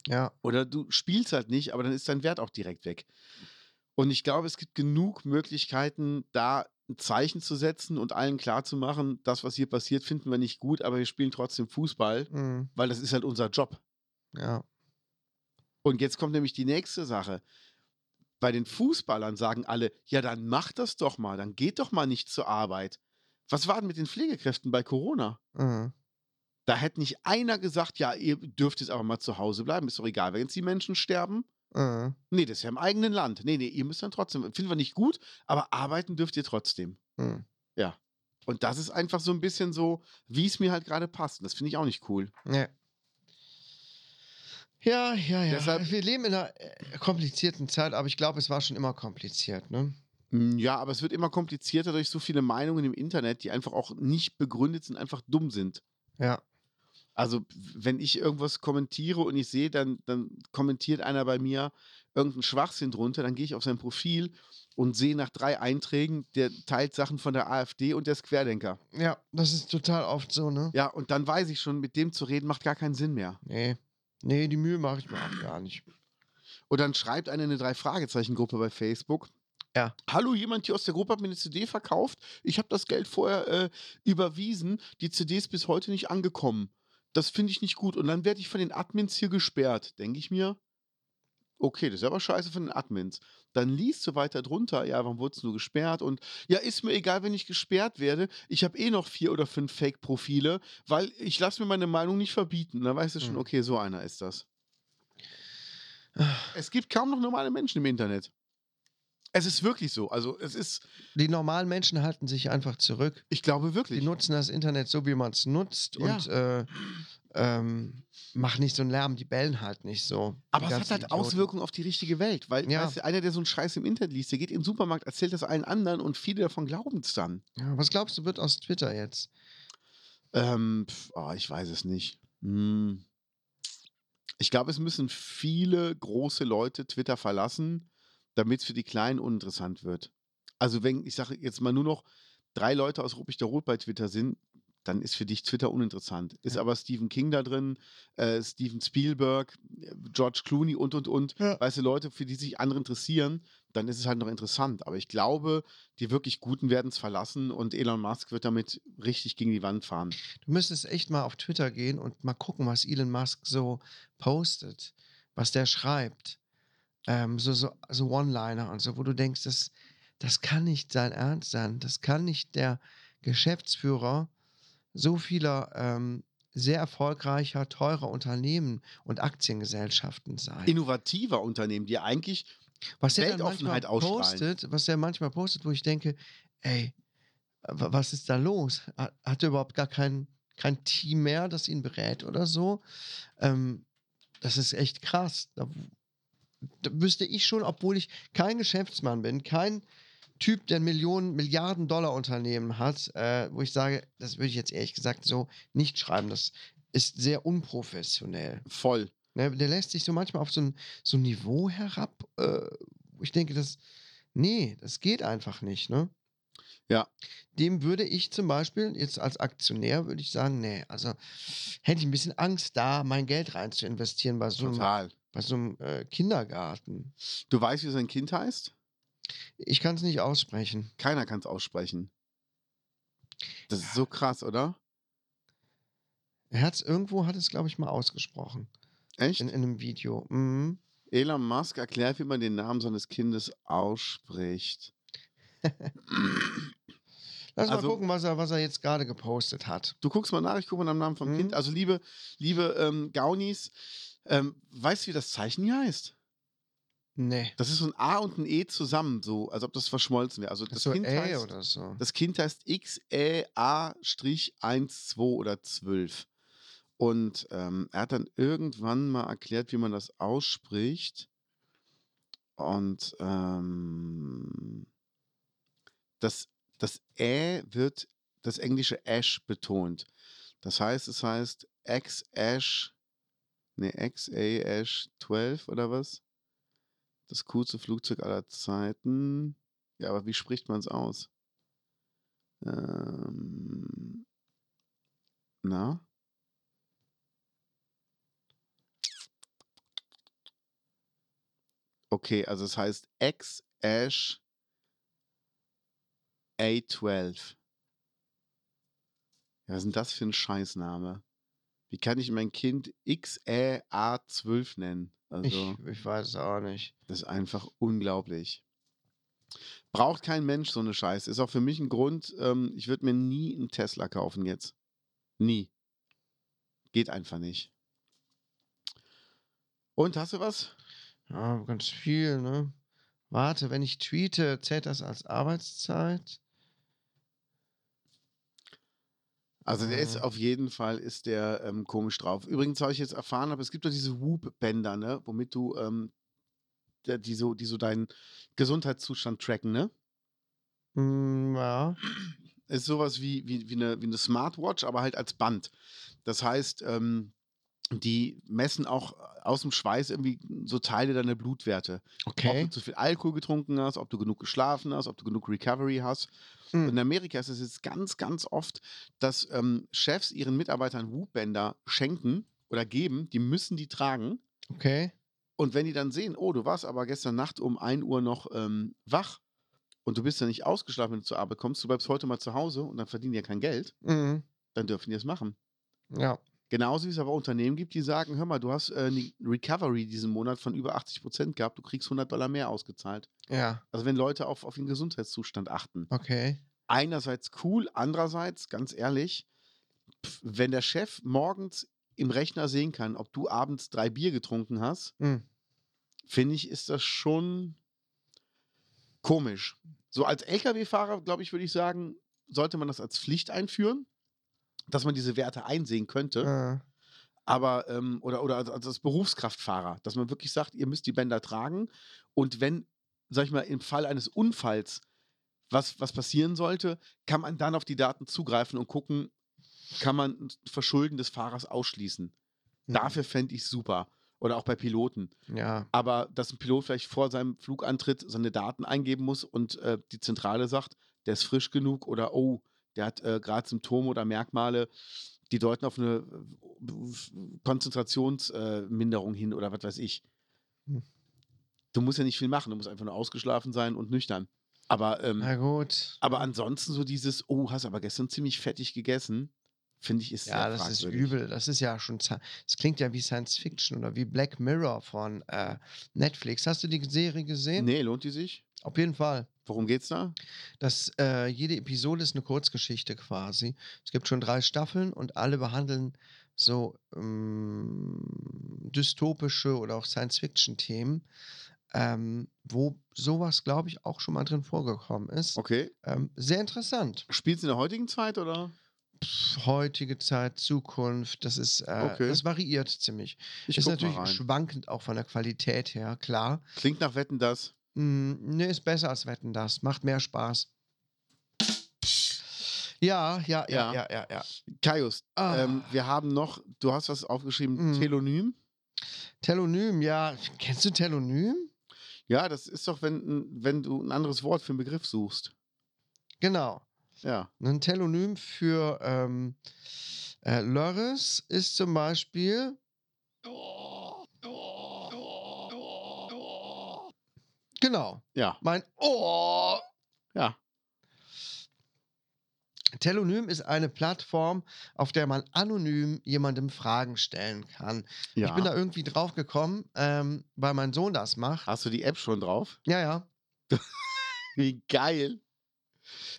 Ja.
Oder du spielst halt nicht, aber dann ist dein Wert auch direkt weg. Und ich glaube, es gibt genug Möglichkeiten, da ein Zeichen zu setzen und allen klarzumachen, das, was hier passiert, finden wir nicht gut, aber wir spielen trotzdem Fußball,
Mhm.
weil das ist halt unser Job.
Ja.
Und jetzt kommt nämlich die nächste Sache. Bei den Fußballern sagen alle, ja, dann macht das doch mal, dann geht doch mal nicht zur Arbeit. Was war denn mit den Pflegekräften bei Corona?
Mhm.
Da hätte nicht einer gesagt, ja, ihr dürft jetzt aber mal zu Hause bleiben, ist doch egal, wenn jetzt die Menschen sterben.
Mhm.
Nee, Ne, das ist ja im eigenen Land. Nee, nee, ihr müsst dann trotzdem, finden wir nicht gut, aber arbeiten dürft ihr trotzdem.
Mhm.
Ja. Und das ist einfach so ein bisschen so, wie es mir halt gerade passt. Und das finde ich auch nicht cool.
Ja. Ja, ja, ja.
Deshalb-
wir leben in einer äh, komplizierten Zeit, aber ich glaube, es war schon immer kompliziert, ne?
Mm, Ja, aber es wird immer komplizierter durch so viele Meinungen im Internet, die einfach auch nicht begründet sind, einfach dumm sind.
Ja.
Also, wenn ich irgendwas kommentiere und ich sehe, dann, dann kommentiert einer bei mir irgendeinen Schwachsinn drunter, dann gehe ich auf sein Profil und sehe nach drei Einträgen, der teilt Sachen von der AfD und der ist Querdenker.
Ja, das ist total oft so, ne?
Ja, und dann weiß ich schon, mit dem zu reden macht gar keinen Sinn mehr.
Nee. Nee, die Mühe mache ich mir auch gar nicht.
Und dann schreibt einer in eine Drei-Fragezeichen-Gruppe bei Facebook.
Ja.
Hallo, jemand hier aus der Gruppe hat mir eine CD verkauft. Ich habe das Geld vorher äh, überwiesen. Die CD ist bis heute nicht angekommen. Das finde ich nicht gut. Und dann werde ich von den Admins hier gesperrt, denke ich mir. Okay, das ist aber scheiße von den Admins. Dann liest du weiter drunter, ja, warum wurdest du gesperrt? Und ja, ist mir egal, wenn ich gesperrt werde. Ich habe eh noch vier oder fünf Fake-Profile, weil ich lasse mir meine Meinung nicht verbieten. Dann weißt du schon,
Hm.
okay, so einer ist das. Es gibt kaum noch normale Menschen im Internet. Es ist wirklich so. Also es ist,
Die normalen Menschen halten sich einfach zurück.
ich glaube
Die
wirklich.
nutzen das Internet so, wie man es nutzt
Ja.
und äh, ähm, machen nicht so einen Lärm, die bellen halt nicht so. Die
aber es hat
ganzen
halt
Idioten.
Auswirkungen auf die richtige Welt, weil
Ja.
weißt du, einer, der so einen Scheiß im Internet liest, der geht in den Supermarkt, erzählt das allen anderen und viele davon glauben es dann.
Ja, was glaubst du, wird aus Twitter jetzt?
Ähm, pf, oh, ich weiß es nicht. Hm. Ich glaube, es müssen viele große Leute Twitter verlassen, damit es für die Kleinen uninteressant wird. Also wenn, ich sage jetzt mal nur noch, drei Leute aus Ruppig der Rot bei Twitter sind, dann ist für dich Twitter uninteressant. Ist aber Stephen King da drin, äh, Steven Spielberg, äh, George Clooney und, und, und.
Ja.
Weißt du, Leute, für die sich andere interessieren, dann ist es halt noch interessant. Aber ich glaube, die wirklich Guten werden es verlassen und Elon Musk wird damit richtig gegen die Wand fahren.
Du müsstest echt mal auf Twitter gehen und mal gucken, was Elon Musk so postet, was der schreibt. Ähm, so so, so One-Liner und so, wo du denkst, das, das kann nicht sein Ernst sein. Das kann nicht der Geschäftsführer so vieler ähm, sehr erfolgreicher, teurer Unternehmen und Aktiengesellschaften sein.
Innovativer Unternehmen, die eigentlich,
was der dann manchmal
Weltoffenheit ausstrahlen.
postet, was der manchmal postet, wo ich denke, ey, wa- was ist da los? Ha- Hat er überhaupt gar kein, kein Team mehr, das ihn berät oder so? Ähm, das ist echt krass. Da, da wüsste ich schon, obwohl ich kein Geschäftsmann bin, kein Typ, der Millionen, Milliarden Dollar Unternehmen hat, äh, wo ich sage, das würde ich jetzt ehrlich gesagt so nicht schreiben. Das ist sehr unprofessionell.
Voll.
Ne, der lässt sich so manchmal auf so ein, so ein Niveau herab, äh, wo ich denke, das, nee, das geht einfach nicht, ne?
Ja.
Dem würde ich zum Beispiel, jetzt als Aktionär, würde ich sagen, nee, also hätte ich ein bisschen Angst, da mein Geld rein zu investieren bei so einem,
Total.
bei so einem äh, Kindergarten.
Du weißt, wie sein Kind heißt?
Ich kann es nicht aussprechen.
Keiner kann es aussprechen. Das ist so krass, oder?
Er hat's irgendwo hat es, glaube ich, mal ausgesprochen.
Echt?
In, in einem Video. Mhm.
Elon Musk erklärt, wie man den Namen seines Kindes ausspricht.
Lass mal
Also-
gucken, was er, was er jetzt gerade gepostet hat.
Du guckst mal nach, ich gucke mal am Namen vom
Mhm.
Kind. Also, liebe, liebe ähm, Gaunis, ähm, weißt du, wie das Zeichen hier heißt?
Nee.
Das ist so ein A und ein E zusammen, so, als ob das verschmolzen wäre. Also, das,
so
kind,
ey
heißt,
oder so.
das Kind heißt E XEA-12 oder 12. Und ähm, er hat dann irgendwann mal erklärt, wie man das ausspricht. Und ähm, das, das Ä wird das englische Ash betont. Das heißt, es heißt X Ash, ne, X A Ash 12 oder was? Das coolste Flugzeug aller Zeiten. Ja, aber wie spricht man es aus? Ähm, na? Okay, also es heißt X Ash A12. Ja, was ist denn das für ein Scheißname? Wie kann ich mein Kind XAA12 nennen? Also,
Ich, ich weiß es auch nicht.
das ist einfach unglaublich. Braucht kein Mensch so eine Scheiße. Ist auch für mich ein Grund, ähm, ich würde mir nie einen Tesla kaufen jetzt. Nie. Geht einfach nicht. Und hast du was?
Ja, ganz viel, ne? Warte, wenn ich tweete, zählt das als Arbeitszeit?
Also der ist
Äh.
auf jeden Fall ist der ähm, komisch drauf. Übrigens, was ich jetzt erfahren habe, es gibt doch diese Whoop-Bänder, ne? Womit du, ähm, der- die, so, die so deinen Gesundheitszustand tracken, ne?
Hm, ja.
ist sowas wie, wie, wie, eine, wie eine Smartwatch, aber halt als Band. Das heißt, ähm, die messen auch äh, aus dem Schweiß irgendwie so Teile deiner Blutwerte. Ob
Okay.
du zu viel Alkohol getrunken hast, ob du genug geschlafen hast, ob du genug Recovery hast.
Hm.
Und In Amerika ist es jetzt ganz, ganz oft, dass ähm, Chefs ihren Mitarbeitern Whoop-Bänder schenken oder geben. Die müssen die tragen.
Okay.
Und wenn die dann sehen, oh, du warst aber gestern Nacht um 1 Uhr noch ähm, wach und du bist ja nicht ausgeschlafen, wenn du zur Arbeit kommst, du bleibst heute mal zu Hause und dann verdienen die ja kein Geld,
Mhm.
dann dürfen die das machen.
Ja.
Genauso wie es aber Unternehmen gibt, die sagen, hör mal, du hast äh, eine Recovery diesen Monat von über 80 Prozent gehabt, du kriegst 100 Dollar mehr ausgezahlt.
Ja.
Also wenn Leute auf, auf ihren Gesundheitszustand achten.
Okay.
Einerseits cool, andererseits, ganz ehrlich, pf, wenn der Chef morgens im Rechner sehen kann, ob du abends drei Bier getrunken hast,
Hm.
finde ich, ist das schon komisch. So als Lkw-Fahrer, glaube ich, würde ich sagen, sollte man das als Pflicht einführen, dass man diese Werte einsehen könnte.
Äh.
Aber, ähm, oder, oder als, als Berufskraftfahrer, dass man wirklich sagt, ihr müsst die Bänder tragen. Und wenn, sag ich mal, im Fall eines Unfalls was, was passieren sollte, kann man dann auf die Daten zugreifen und gucken, kann man ein Verschulden des Fahrers ausschließen.
Hm.
Dafür fände ich super. Oder auch bei Piloten.
Ja.
Aber dass ein Pilot vielleicht vor seinem Flugantritt seine Daten eingeben muss und äh, die Zentrale sagt, der ist frisch genug oder oh, der hat äh, gerade Symptome oder Merkmale, die deuten auf eine äh, Konzentrationsminderung äh, Minderung hin oder was weiß ich.
Hm.
Du musst ja nicht viel machen, du musst einfach nur ausgeschlafen sein und nüchtern. Aber, ähm,
Na gut.
aber ansonsten so dieses, oh, hast aber gestern ziemlich fettig gegessen, finde ich ist
Ja,
sehr
das ist
fragwürdig.
übel. Das ist ja schon. Sci- Das klingt ja wie Science Fiction oder wie Black Mirror von äh, Netflix. Hast du die Serie gesehen?
Nee, lohnt die sich?
Auf jeden Fall.
Worum geht's da?
Das, äh, jede Episode ist eine Kurzgeschichte quasi. Es gibt schon drei Staffeln und alle behandeln so ähm, dystopische oder auch Science-Fiction-Themen, ähm, wo sowas, glaube ich, auch schon mal drin vorgekommen ist.
Okay.
Ähm, sehr interessant.
Spielt's in der heutigen Zeit oder?
pff, heutige Zeit, Zukunft, das ist, äh,
Okay.
das variiert ziemlich.
Ich
ist
guck mal
natürlich
rein.
schwankend auch von der Qualität her, klar.
Klingt nach Wetten, das.
Mm, ne, ist besser als Wetten das. Macht mehr Spaß. Ja, ja, ja,
Ja.
ja, ja, ja.
Kaius,
Ah.
ähm, wir haben noch, du hast was aufgeschrieben,
Mhm.
Telonym.
Telonym, ja. Kennst du Telonym?
Ja, das ist doch, wenn, wenn du ein anderes Wort für einen Begriff suchst.
Genau.
Ja.
Ein Telonym für ähm, äh, Lörres ist zum Beispiel. Genau,
Ja.
mein Oh.
Ja.
Telonym ist eine Plattform, auf der man anonym jemandem Fragen stellen kann.
ja.
Ich bin da irgendwie drauf gekommen, ähm, weil mein Sohn das macht.
Hast du die App schon drauf?
Ja, ja.
Wie geil.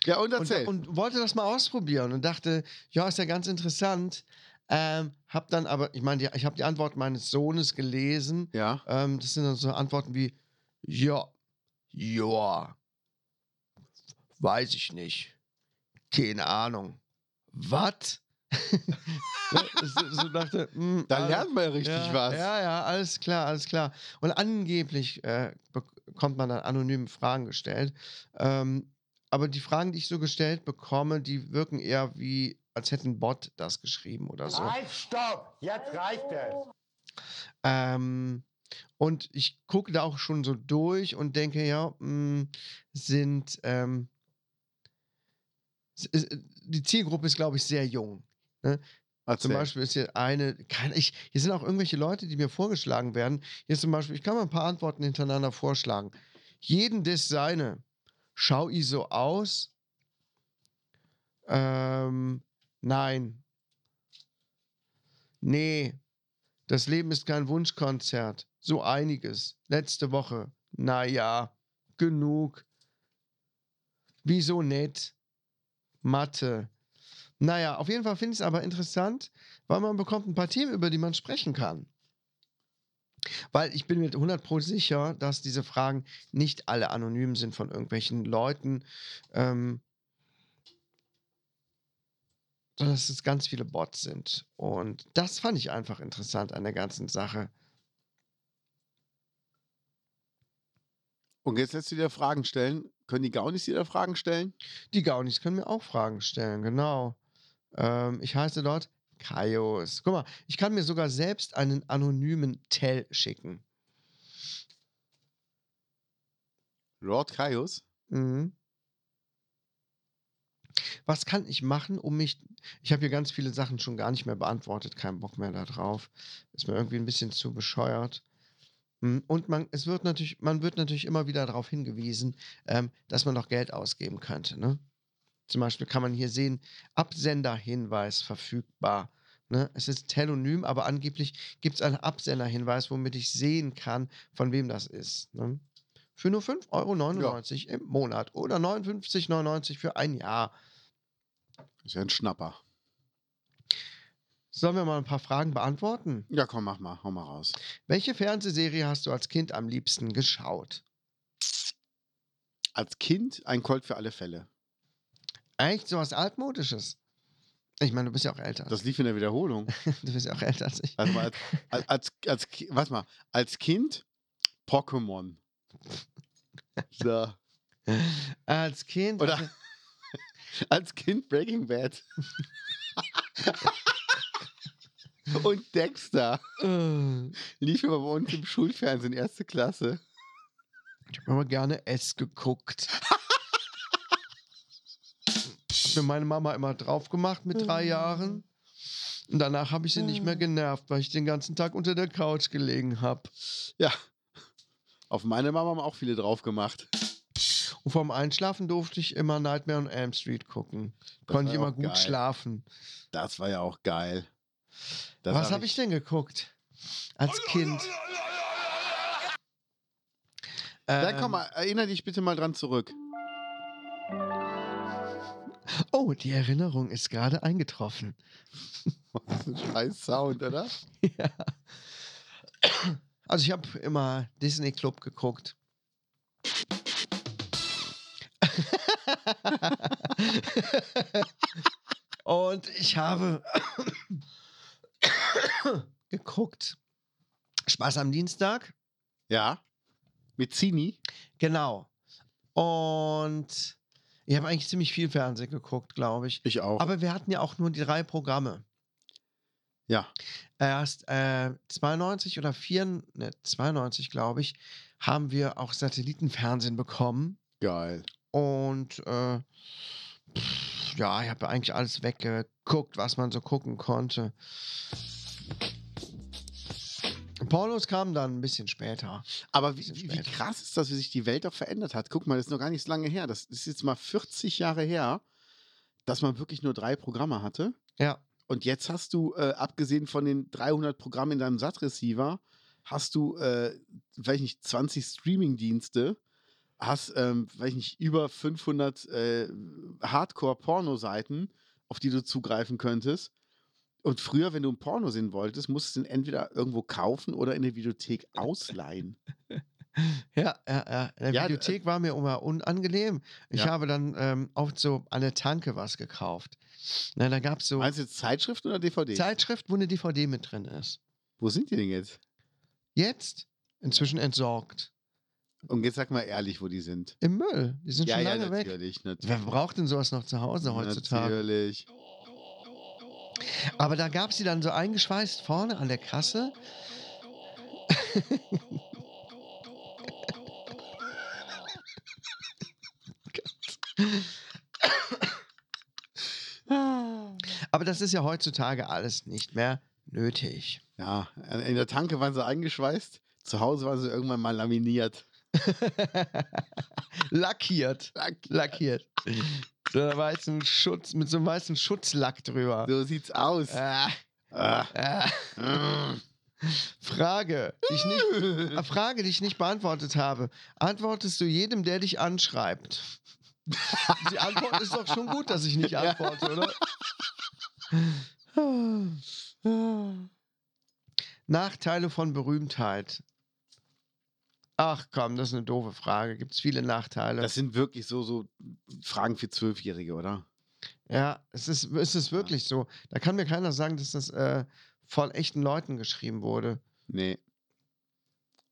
Ja, und
und,
erzähl.
und wollte das mal ausprobieren und dachte, ja, ist ja ganz interessant. Ähm, hab dann aber, ich meine, die- ich habe die Antwort meines Sohnes gelesen.
ja.
Ähm, das sind dann so Antworten wie, ja, ja, weiß ich nicht, keine Ahnung, was? so, so dachte, hm,
Da
also-
lernt man ja richtig
ja,
was.
Ja, ja, alles klar, alles klar. Und angeblich äh, bekommt man dann anonyme Fragen gestellt. Ähm, aber die Fragen, die ich so gestellt bekomme, die wirken eher wie, als hätte ein Bot das geschrieben oder so.
Halt, stopp! Jetzt reicht es!
Ähm, und ich gucke da auch schon so durch und denke, ja, mh, sind ähm, s- ist, die Zielgruppe ist, glaube ich, sehr jung. Zum
Erzähl.
Beispiel ist hier eine, kann ich, hier sind auch irgendwelche Leute, die mir vorgeschlagen werden. Hier ist zum Beispiel, ich kann mal ein paar Antworten hintereinander vorschlagen. Jeden des seine. Schau ich so aus? Ähm, nein. Nee. Das Leben ist kein Wunschkonzert. So einiges. Letzte Woche. Naja, genug. Wieso nett? Mathe. Naja, auf jeden Fall finde ich es aber interessant, weil man bekommt ein paar Themen, über die man sprechen kann. Weil ich bin mir 100 Pro sicher, dass diese Fragen nicht alle anonym sind von irgendwelchen Leuten, ähm, sondern dass es ganz viele Bots sind. Und das fand ich einfach interessant an der ganzen Sache.
Und jetzt lässt du dir Fragen stellen. Können die Gaunis dir da Fragen stellen?
Die Gaunis können mir auch Fragen stellen, genau. Ähm, ich heiße dort Kaios. Guck mal, ich kann mir sogar selbst einen anonymen Tell schicken.
Lord Kaius?
Mhm. Was kann ich machen, um mich. Ich habe hier ganz viele Sachen schon gar nicht mehr beantwortet, keinen Bock mehr darauf. Ist mir irgendwie ein bisschen zu bescheuert. Mhm, Und man, es wird natürlich, man wird natürlich immer wieder darauf hingewiesen, ähm, dass man noch Geld ausgeben könnte. Ne? Zum Beispiel kann man hier sehen, Absenderhinweis verfügbar. Ne? Es ist telonym, aber angeblich gibt es einen Absenderhinweis, womit ich sehen kann, von wem das ist. Ne? Für nur 5,99 Euro im Monat oder 59,99 für ein Jahr.
Ist ja ein Schnapper.
Sollen wir mal ein paar Fragen beantworten?
Ja, komm, mach mal. Hau mal raus.
Welche Fernsehserie hast du als Kind am liebsten geschaut?
Als Kind ein Colt für alle Fälle.
Echt? So was Altmodisches? Ich meine, du bist ja auch älter.
Das lief in der Wiederholung.
du bist ja auch älter als ich.
Also mal als, als, als, als, Ki- warte mal, als Kind Pokémon. So.
Als Kind.
Oder als Kind Breaking Bad. Und Dexter
Äh,
lief immer bei uns im Schulfernsehen, erste Klasse.
ich habe immer gerne S geguckt. Hat mir meine Mama immer drauf gemacht mit drei
Mhm.
Jahren. Und danach habe ich sie nicht mehr genervt, weil ich den ganzen Tag unter der Couch gelegen habe.
Ja. Auf meine Mama haben auch viele drauf gemacht.
Und vorm Einschlafen durfte ich immer Nightmare on Elm Street gucken.
Das
Konnte
war
ich
ja
immer
auch
gut
geil.
schlafen.
Das war ja auch geil. Das
Was
hab
habe ich denn geguckt? Als Kind.
Da komm
Ähm,
mal, erinnere dich bitte mal dran zurück.
Oh, die Erinnerung ist gerade eingetroffen.
Das ist ein scheiß Sound, oder?
Ja. Also ich habe immer Disney Club geguckt. Und ich habe geguckt. Spaß am Dienstag.
Ja. Mit Zini.
Genau. Und ich habe eigentlich ziemlich viel Fernsehen geguckt, glaube ich.
Ich auch.
Aber wir hatten ja auch nur die drei Programme.
ja.
Erst äh, 92 oder 4, ne, 92, glaube ich, haben wir auch Satellitenfernsehen bekommen.
Geil.
Und äh, pff, ja, ich habe eigentlich alles weggeguckt, was man so gucken konnte. Pornos kamen dann ein bisschen später.
Aber wie,
Bisschen
wie wie
später.
krass ist das, wie sich die Welt auch verändert hat. Guck mal, das ist noch gar nicht so lange her. Das ist jetzt mal 40 Jahre her, dass man wirklich nur drei Programme hatte.
Ja.
Und jetzt hast du, äh, abgesehen von den 300 Programmen in deinem SAT-Receiver, hast du, äh, weiß ich nicht, 20 Streaming-Dienste, hast, ähm, weiß ich nicht, über 500 äh, Hardcore-Porno-Seiten, auf die du zugreifen könntest. Und früher, wenn du ein Porno sehen wolltest, musstest du ihn entweder irgendwo kaufen oder in der Videothek ausleihen.
Ja, ja, ja. In der
Ja, äh
Bibliothek war mir immer unangenehm. Ich
Ja.
habe dann ähm, oft so an der Tanke was gekauft. Na, da gab es so
Meinst du jetzt Zeitschrift oder DVD?
Zeitschrift, wo 'ne eine DVD mit drin ist.
Wo sind die denn jetzt?
Jetzt inzwischen entsorgt.
Und jetzt sag mal ehrlich, wo die sind.
Im Müll. Die sind schon lange weg.
natürlich, natürlich.
Wer braucht denn sowas noch zu Hause heutzutage?
Natürlich.
Aber da gab sie dann so eingeschweißt vorne an der Kasse. Aber das ist ja heutzutage alles nicht mehr nötig.
Ja, in der Tanke waren sie eingeschweißt, zu Hause waren sie irgendwann mal laminiert.
Lackiert. Lackiert. So einem weißen Schutz, mit so einem weißen Schutzlack drüber.
So sieht's aus.
Ah,
Ah.
ah.
Mm.
Frage, die ich nicht, eine Frage, die ich nicht beantwortet habe. Antwortest du jedem, der dich anschreibt? Die Antwort ist doch schon gut, dass ich nicht antworte, oder? Nachteile von Berühmtheit. Ach komm, das ist eine doofe Frage. Gibt es viele Nachteile?
Das sind wirklich so, so Fragen für Zwölfjährige, oder?
ja, es ist, es ist wirklich so. Da kann mir keiner sagen, dass das äh, von echten Leuten geschrieben wurde.
Nee.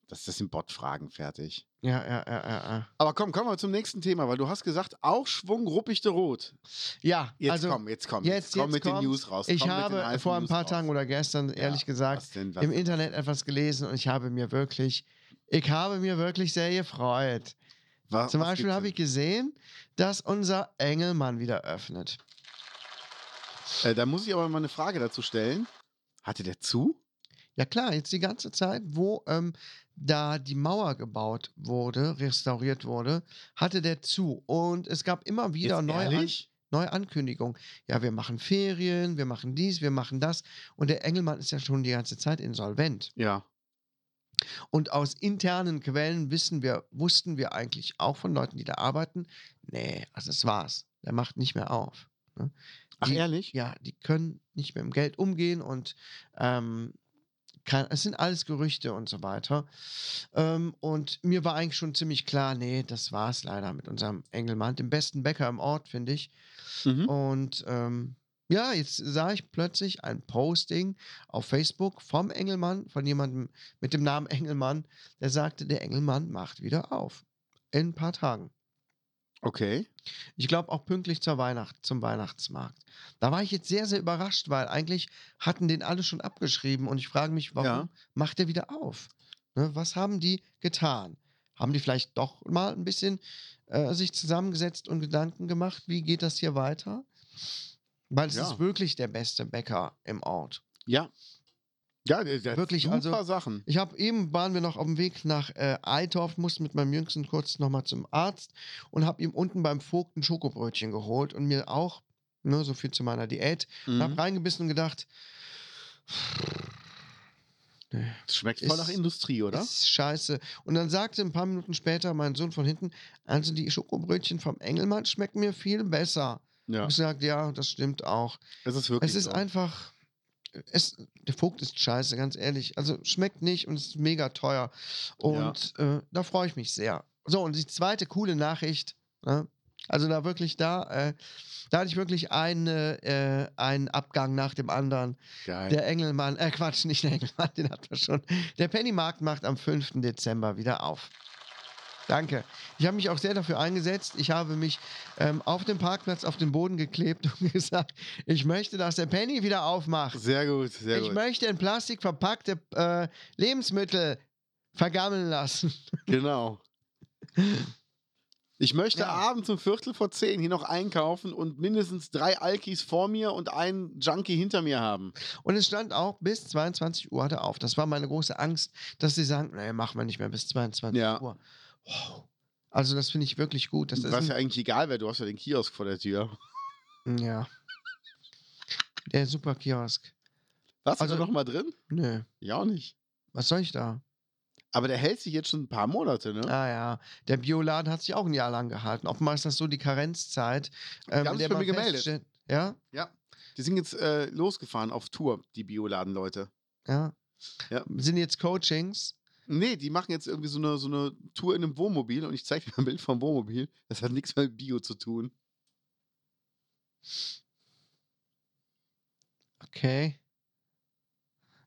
Das, das sind Bot-Fragen fertig.
Ja, ja, ja, ja. Ja,
Aber komm, kommen wir zum nächsten Thema, weil du hast gesagt, Aufschwung ruppigte Rot.
ja
Jetzt
also,
komm, jetzt komm.
jetzt-
komm
jetzt
mit den
kommt's.
News raus.
Ich
komm mit den
habe
alten
vor ein
News
paar
raus.
Tagen oder gestern, ehrlich
Ja,
gesagt,
was denn, was
im
denn?
Internet etwas gelesen und ich habe mir wirklich, ich habe mir wirklich sehr gefreut.
Wa-
Zum
was
Beispiel
gibt's
habe
denn?
ich gesehen, dass unser Engelmann wieder öffnet.
Äh, da muss ich aber mal eine Frage dazu stellen. Hatte der zu?
Ja klar, jetzt die ganze Zeit, wo ähm, da die Mauer gebaut wurde, restauriert wurde, hatte der zu. Und es gab immer wieder
Jetzt
neue, An
ehrlich?
neue Ankündigungen. Ja, wir machen Ferien, wir machen dies, wir machen das. Und der Engelmann ist ja schon die ganze Zeit insolvent.
Ja.
Und aus internen Quellen wissen wir, wussten wir eigentlich auch von Leuten, die da arbeiten, nee, also es war's. Der macht nicht mehr auf.
Ach,
Die-
ehrlich?
Ja, die können nicht mit dem Geld umgehen und ähm, kann, es sind alles Gerüchte und so weiter. Ähm, und mir war eigentlich schon ziemlich klar, nee, das war's leider mit unserem Engelmann, dem besten Bäcker im Ort, finde ich.
Mhm.
Und ähm, ja, jetzt sah ich plötzlich ein Posting auf Facebook vom Engelmann, von jemandem mit dem Namen Engelmann, der sagte, der Engelmann macht wieder auf. In ein paar Tagen.
Okay.
Ich glaube auch pünktlich zur Weihnacht, zum Weihnachtsmarkt. Da war ich jetzt sehr, sehr überrascht, weil eigentlich hatten den alle schon abgeschrieben und ich frage mich, warum
Ja.
macht er wieder auf? Ne, was haben die getan? Haben die vielleicht doch mal ein bisschen äh, sich zusammengesetzt und Gedanken gemacht, wie geht das hier weiter? Weil es
Ja.
ist wirklich der beste Bäcker im Ort.
Ja. Ja, der, der hat
Wirklich,
super
also-
Sachen.
Ich habe eben waren wir noch auf dem Weg nach äh, Eitorf, mussten mit meinem Jüngsten kurz nochmal zum Arzt und habe ihm unten beim Vogt ein Schokobrötchen geholt und mir auch, ne, so viel zu meiner Diät, und habe
Mhm.
reingebissen und gedacht,
Das Schmeckt voll
Ist-
nach Industrie, oder?
ist scheiße. Und dann sagte ein paar Minuten später mein Sohn von hinten, also die Schokobrötchen vom Engelmann schmecken mir viel besser.
ja.
Und ich sagte, ja, das stimmt auch.
Das ist wirklich.
es ist
so.
einfach. Es, der Vogt ist scheiße, ganz ehrlich. Also schmeckt nicht und ist mega teuer. Und äh, da freue ich mich sehr. So, und die zweite coole Nachricht, ne? Also da wirklich da, äh, da hatte ich wirklich eine, äh, einen Abgang nach dem anderen.
Geil.
Der Engelmann, äh Quatsch, nicht der Engelmann, den hatten wir schon. Der Pennymarkt macht am 5. Dezember wieder auf. Danke. Ich habe mich auch sehr dafür eingesetzt. Ich habe mich ähm, auf dem Parkplatz auf den Boden geklebt und gesagt, ich möchte, dass der Penny wieder aufmacht.
Sehr gut, sehr
ich
gut.
möchte in Plastik verpackte äh, Lebensmittel vergammeln lassen.
Genau. Ich möchte
Ja.
abends um Viertel vor zehn hier noch einkaufen und mindestens drei Alkis vor mir und einen Junkie hinter mir haben.
Und es stand auch, bis 22 Uhr hat er auf. Das war meine große Angst, dass sie sagen, nee, machen wir nicht mehr bis 22
Ja.
Uhr. Wow. Also das finde ich wirklich gut. Das ist
was
ein,
ja eigentlich egal wäre, du hast ja den Kiosk vor der Tür.
ja. Der Superkiosk.
Warst also,
Also-
du da noch mal drin?
Nö,
Ja, auch nicht.
was soll ich da?
Aber der hält sich jetzt schon ein paar Monate, ne?
Ah ja, der Bioladen hat sich auch ein Jahr lang gehalten. Offenbar ist das so die Karenzzeit. ähm,
haben
in
sich
der
bei mir
man
gemeldet.
feststellt- Ja,
Die sind jetzt äh, losgefahren auf Tour, die Bioladen-Leute.
ja.
Ja.
Sind jetzt Coachings.
Nee, die machen jetzt irgendwie so eine, so eine Tour in einem Wohnmobil und ich zeige dir mal ein Bild vom Wohnmobil. Das hat nichts mit Bio zu tun.
Okay.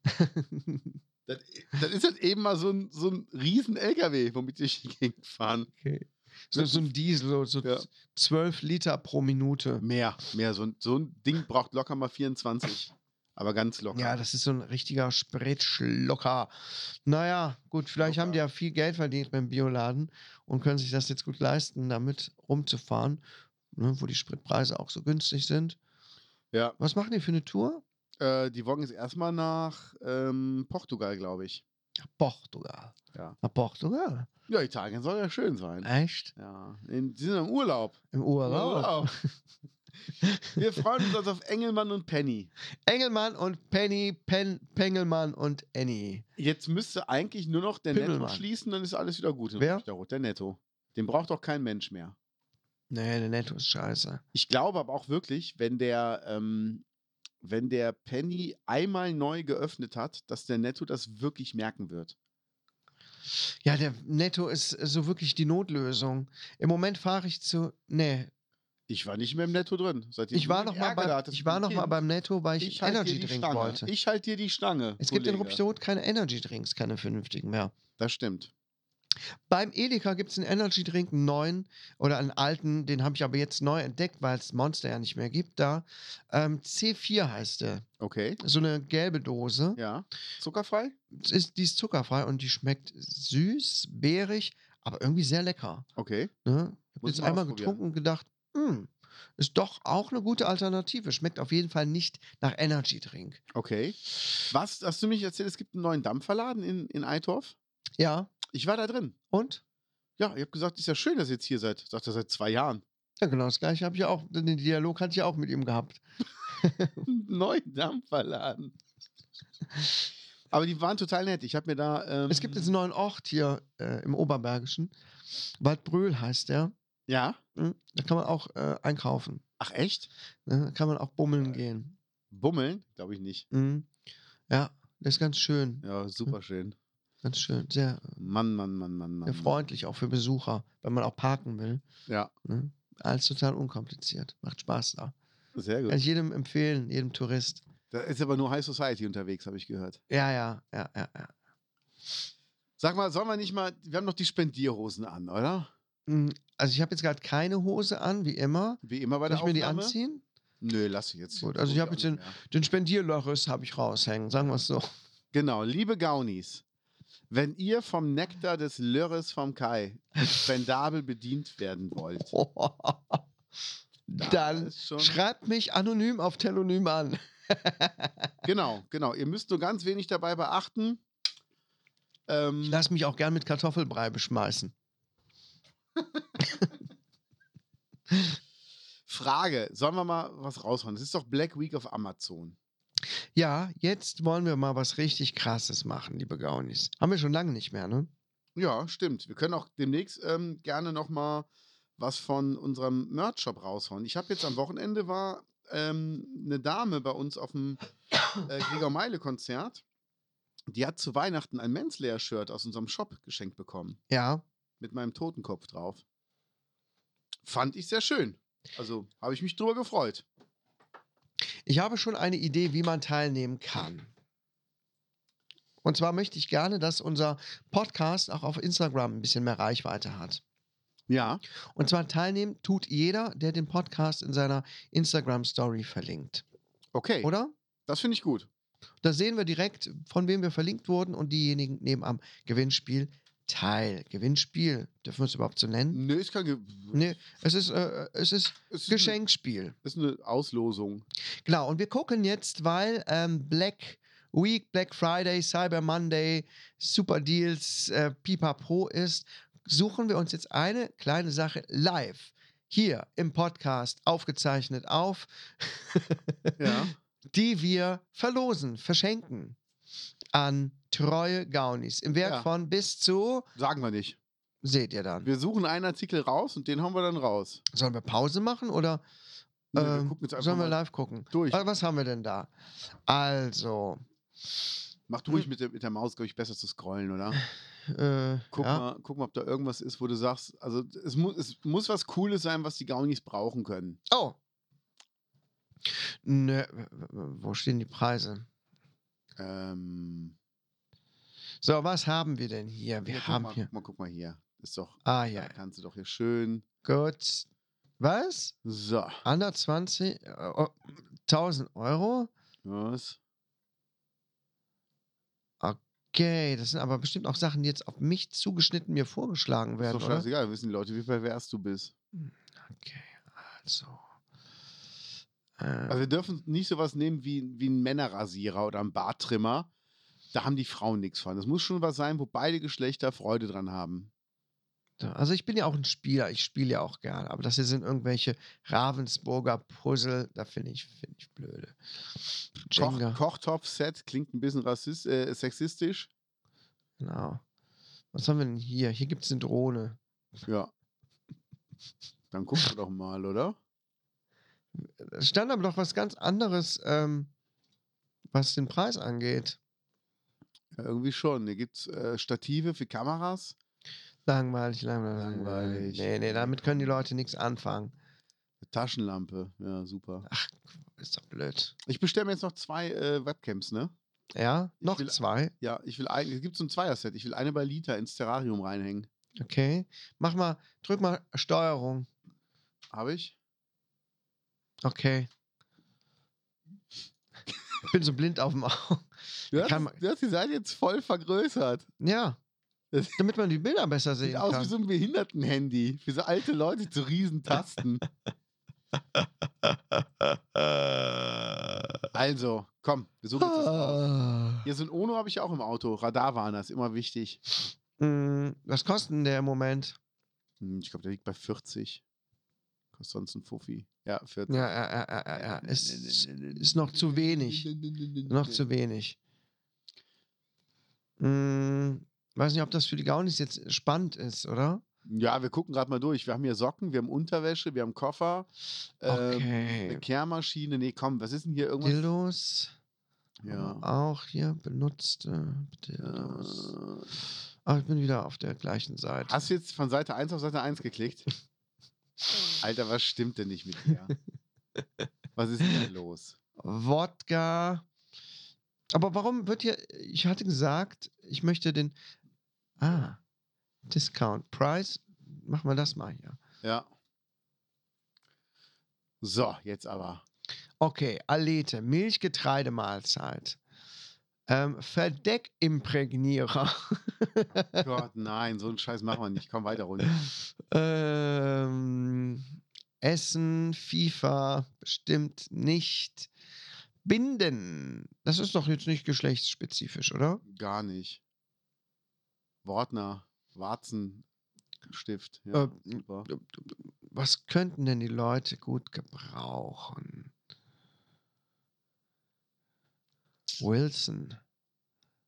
Das, das ist halt eben mal so ein, so ein riesen LKW, womit die durch die Gegend fahren.
okay. So, so ein Diesel, so, so
Ja.
12 Liter pro Minute.
Mehr, mehr. So ein, so ein Ding braucht locker mal 24. Aber ganz locker.
Ja, das ist so ein richtiger Spritschlocker. Naja, gut, vielleicht haben die ja viel Geld verdient beim Bioladen und können sich das jetzt gut leisten, damit rumzufahren, ne, wo die Spritpreise auch so günstig sind.
Ja.
Was machen die für eine Tour?
äh, die Wogen ist erstmal nach ähm, Portugal, glaube ich.
Nach Portugal.
Ja.
Nach Portugal.
Ja, Italien soll ja schön sein.
Echt?
Ja, in, die sind im Urlaub.
Im Urlaub.
Wir freuen uns also auf Engelmann und Penny.
Engelmann und Penny, Pen, Pengelmann und Annie.
Jetzt müsste eigentlich nur noch der Netto
Pimmelmann.
schließen, dann ist alles wieder gut. in
Wer?
Rot. Der Netto. Den braucht doch kein Mensch mehr.
Nee, der Netto ist scheiße.
Ich glaube aber auch wirklich, wenn der, ähm, wenn der Penny einmal neu geöffnet hat, dass der Netto das wirklich merken wird.
Ja, der Netto ist äh, so wirklich die Notlösung. Im Moment fahre ich zu. Nee,
Ich war nicht mehr im Netto drin. Seitdem
ich
du
war
den
noch mal,
Ärger da
beim,
hattest
ich
mit
war
dem
noch mal
Kind.
beim Netto, weil ich,
halt dir
Energy
die
Drink
Stange.
wollte.
Ich halte dir die Stange.
es gibt in
Kollege.
Rupsdorf keine Energy Drinks, keine vernünftigen mehr.
Das stimmt.
Beim Edeka gibt es einen Energy Drink, einen neuen oder einen alten, den habe ich aber jetzt neu entdeckt, weil es Monster ja nicht mehr gibt da. Ähm, C4 heißt der.
Okay.
So eine gelbe Dose.
Ja. Zuckerfrei?
Es Ist, die ist zuckerfrei und die schmeckt süß, beerig, aber irgendwie sehr lecker.
Okay.
Ne? Ich habe
Muss
jetzt
man
einmal
ausprobieren.
getrunken und gedacht, "Hm, ist doch auch eine gute Alternative. Schmeckt auf jeden Fall nicht nach Energy Drink.
Okay. Was hast du mich erzählt? Es gibt einen neuen Dampferladen in, in Eitorf.
Ja,
Ich war da drin.
und?
Ja, ich habe gesagt, ist ja schön, dass ihr jetzt hier seid. Sagt er seit zwei Jahren.
Ja, genau das gleiche habe ich auch. Den Dialog hatte ich auch mit ihm gehabt.
neuen Dampferladen. Aber die waren total nett. Ich habe mir da. Ähm,
Es gibt jetzt einen neuen Ort hier äh, im Oberbergischen. Waldbröl heißt der.
Ja.
Mhm. Da kann man auch äh, einkaufen.
Ach, echt?
Ne? Da kann man auch bummeln gehen.
Bummeln? Glaube ich nicht.
Mhm. Ja, das ist ganz schön.
Ja, super schön.
Ganz schön. Sehr,
Mann, Mann, Mann, Mann, Mann.
sehr freundlich, auch für Besucher, wenn man auch parken will.
Mhm. Ja,
Ne? Alles total unkompliziert. Macht Spaß da.
sehr
Kann
gut.
ich jedem empfehlen, jedem Tourist.
Da ist aber nur High Society unterwegs, habe ich gehört.
Ja, ja, ja, ja, ja.
Sag mal, sollen wir nicht mal. Wir haben doch die Spendierhosen an, oder?
Mm, Also ich habe jetzt gerade keine Hose an, wie immer.
Wie immer bei
Soll
der
ich mir die
Aufnahme.
anziehen?
Nö, lass ich jetzt.
Gut, also ich hab jetzt
auch
den-
nicht mehr.
Den Spendierlörres habe ich raushängen, sagen wir es so.
Genau, liebe Gaunis. Wenn ihr vom Nektar des Lörres vom Kai spendabel bedient werden wollt, da
Dann
ist schon-
schreibt mich anonym auf Telonym an.
Genau, genau. Ihr müsst nur ganz wenig dabei beachten.
Ich
Ähm,
lasse mich auch gern mit Kartoffelbrei beschmeißen.
Frage: Sollen wir mal was raushauen? Es ist doch Black Week auf Amazon.
Ja, jetzt wollen wir mal was richtig Krasses machen, liebe Gaunis. Haben wir schon lange nicht mehr, ne?
Ja, stimmt. Wir können auch demnächst ähm, gerne noch mal was von unserem Merch-Shop raushauen. Ich habe jetzt am Wochenende war ähm, eine Dame bei uns auf dem äh, Gregor Meile-Konzert. Die hat zu Weihnachten ein Manslayer-Shirt aus unserem Shop geschenkt bekommen.
Ja,
Mit meinem Totenkopf drauf. Fand ich sehr schön. Also habe ich mich drüber gefreut.
Ich habe schon eine Idee, wie man teilnehmen kann. Und zwar möchte ich gerne, dass unser Podcast auch auf Instagram ein bisschen mehr Reichweite hat.
Ja.
Und zwar teilnehmen tut jeder, der den Podcast in seiner Instagram-Story verlinkt.
Okay.
Oder?
Das finde ich gut.
Da sehen wir direkt, von wem wir verlinkt wurden und diejenigen nehmen am Gewinnspiel teil. Gewinnspiel, dürfen wir es überhaupt so nennen?
Nö, Ne, ist kein Ge
Nee, es ist, äh, es ist
es ist
Geschenkspiel.
Eine, ist eine Auslosung.
Genau, und wir gucken jetzt, weil ähm, Black Week, Black Friday, Cyber Monday, Super Deals, äh, Pipa Pro ist, suchen wir uns jetzt eine kleine Sache live hier im Podcast aufgezeichnet auf,
Ja.
die wir verlosen, verschenken an treue Gaunis im Wert
Ja.
von bis zu,
Sagen wir nicht.
seht ihr dann.
Wir suchen einen Artikel raus und den haben wir dann raus.
Sollen wir Pause machen oder
Nee, wir
ähm,
gucken jetzt einfach
sollen wir
mal
live gucken?
durch.
Äh, Was haben wir denn da? Also,
Mach du ruhig
hm.
mit der, mit der Maus, glaube ich, besser zu scrollen, oder?
äh,
Guck,
ja.
mal, guck mal, ob da irgendwas ist, wo du sagst, also es, mu es muss was Cooles sein, was die Gaunis brauchen können.
Oh. Nö, w- w- wo stehen die Preise?
Ähm,
So, was haben wir denn hier? Wir
hier, guck
haben
mal,
hier.
Guck mal, guck mal hier. Ist doch,
Ah
ja.
ja,
kannst du doch hier schön.
gut. Was?
So,
120 äh, oh, 1000 Euro?
was?
Okay, das sind aber bestimmt auch Sachen, die jetzt auf mich zugeschnitten mir vorgeschlagen
Ist
werden,
doch
oder?
scheißegal, wissen die Leute, wie pervers du bist.
Okay, also. Äh,
Also wir dürfen nicht sowas nehmen wie, wie einen Männerrasierer oder einen Barttrimmer. Da haben die Frauen nichts von. Das muss schon was sein, wo beide Geschlechter Freude dran haben.
also ich bin ja auch ein Spieler, ich spiele ja auch gerne, aber das hier sind irgendwelche Ravensburger Puzzle, da finde ich, finde ich blöde.
Koch,
Jenga.
Kochtopf-Set klingt ein bisschen rassist, äh, sexistisch.
Genau. Was haben wir denn hier? Hier gibt es eine Drohne.
Ja. Dann gucken wir doch mal, oder?
Es stand aber doch was ganz anderes, ähm, was den Preis angeht.
Ja, irgendwie schon. Hier gibt es äh, Stative für Kameras.
Langweilig, langweilig, langweilig.
Langweilig.
Nee, nee, damit können die Leute nichts anfangen.
Eine Taschenlampe. Ja, super.
Ach, ist doch blöd.
Ich bestelle mir jetzt noch zwei äh, Webcams, ne?
Ja,
Ich
noch
will-
zwei.
Ja, ich will ein, es gibt so ein Zweierset. Ich will eine bei Lita ins Terrarium reinhängen.
Okay. Mach mal, drück mal Steuerung.
Habe ich?
Okay. Ich bin so blind auf dem Auge.
Du hast,
Kann man-
du hast die Seite jetzt voll vergrößert.
Ja.
Das-
Damit man die Bilder besser
Sieht
sehen
aus wie
kann.
so ein Behindertenhandy. Für so alte Leute zu riesen Tasten. also, komm, wir suchen jetzt das raus.
Ah.
Hier so ein Ono habe ich auch im Auto. Radarwarner ist immer wichtig.
Mm, Was kostet denn der im Moment?
Hm, Ich glaube, der liegt bei 40. Kostet sonst ein Fuffi. Ja, 40.
Ja, ja, ja, ja, ja, ja. Es ist, ist noch zu wenig. Noch zu wenig. Mm, weiß nicht, ob das für die Gaunis jetzt spannend ist, oder?
Ja, wir gucken gerade mal durch. Wir haben hier Socken, wir haben Unterwäsche, wir haben Koffer, ähm, eine
Okay.
Kehrmaschine. Nee, komm, was ist denn hier irgendwas?
Dildos.
Ja.
Äh, Auch hier benutzte Dildos.
Äh,
Ah, ich bin wieder auf der gleichen Seite.
Hast du jetzt von Seite 1 auf Seite 1 geklickt? Alter, was stimmt denn nicht mit dir? Was ist denn los?
Wodka. Aber warum wird hier. Ich hatte gesagt, ich möchte den. Ah. Discount Price. Mach mal das mal hier.
Ja. So, jetzt aber.
Okay, Alete, Milchgetreidemahlzeit. Ähm, Verdeckimprägnierer.
Gott, nein, so einen Scheiß machen wir nicht. Komm weiter runter.
ähm, Essen, FIFA, bestimmt nicht. Binden. Das ist doch jetzt nicht geschlechtsspezifisch, oder?
Gar nicht. Wortner, Warzenstift. Ja,
Ähm,
super.
Was könnten denn die Leute gut gebrauchen? Wilson.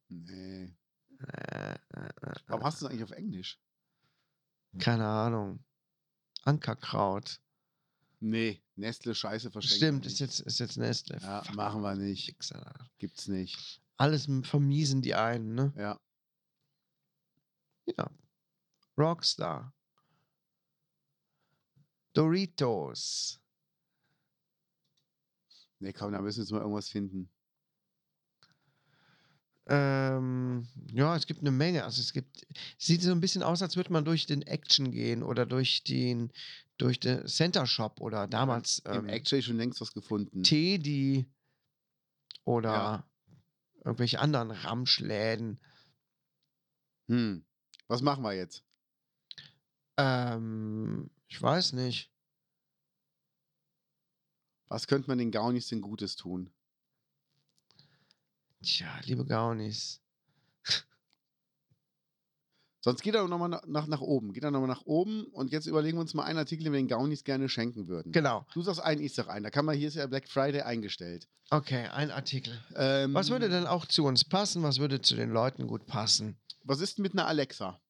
Nee.
Äh, äh, äh,
Warum hast du es eigentlich auf Englisch?
keine Ahnung. Ankerkraut.
Nee, Nestle Scheiße verschenkt.
Stimmt,
man
ist
nicht.
jetzt, ist jetzt Nestle.
Ja,
Fuck,
machen wir nicht.
Wichser.
Gibt's nicht.
Alles m- vermiesen die einen, ne?
Ja.
Ja. Rockstar. Doritos.
Nee, komm, da müssen wir jetzt mal irgendwas finden.
Ähm, ja, es gibt eine Menge. Also es gibt, sieht so ein bisschen aus, als würde man durch den Action gehen oder durch den, durch den Center Shop oder damals
Im
ähm,
Action hab ich schon längst was gefunden.
Teddy oder
Ja.
irgendwelche anderen Ramschläden.
Hm. Was machen wir jetzt?
Ähm, ich weiß nicht.
Was könnte man den Gaunis denn Gutes tun?
Tja, liebe Gaunis.
Sonst geht er nochmal nach, nach oben. Geht er nochmal nach oben und jetzt überlegen wir uns mal einen Artikel, den wir den Gaunis gerne schenken würden.
Genau.
Du sagst einen, ich sag einen. Da kann man, hier ist ja Black Friday eingestellt.
Okay, ein Artikel.
Ähm,
Was würde denn auch zu uns passen? Was würde zu den Leuten gut passen?
Was ist denn mit einer Alexa?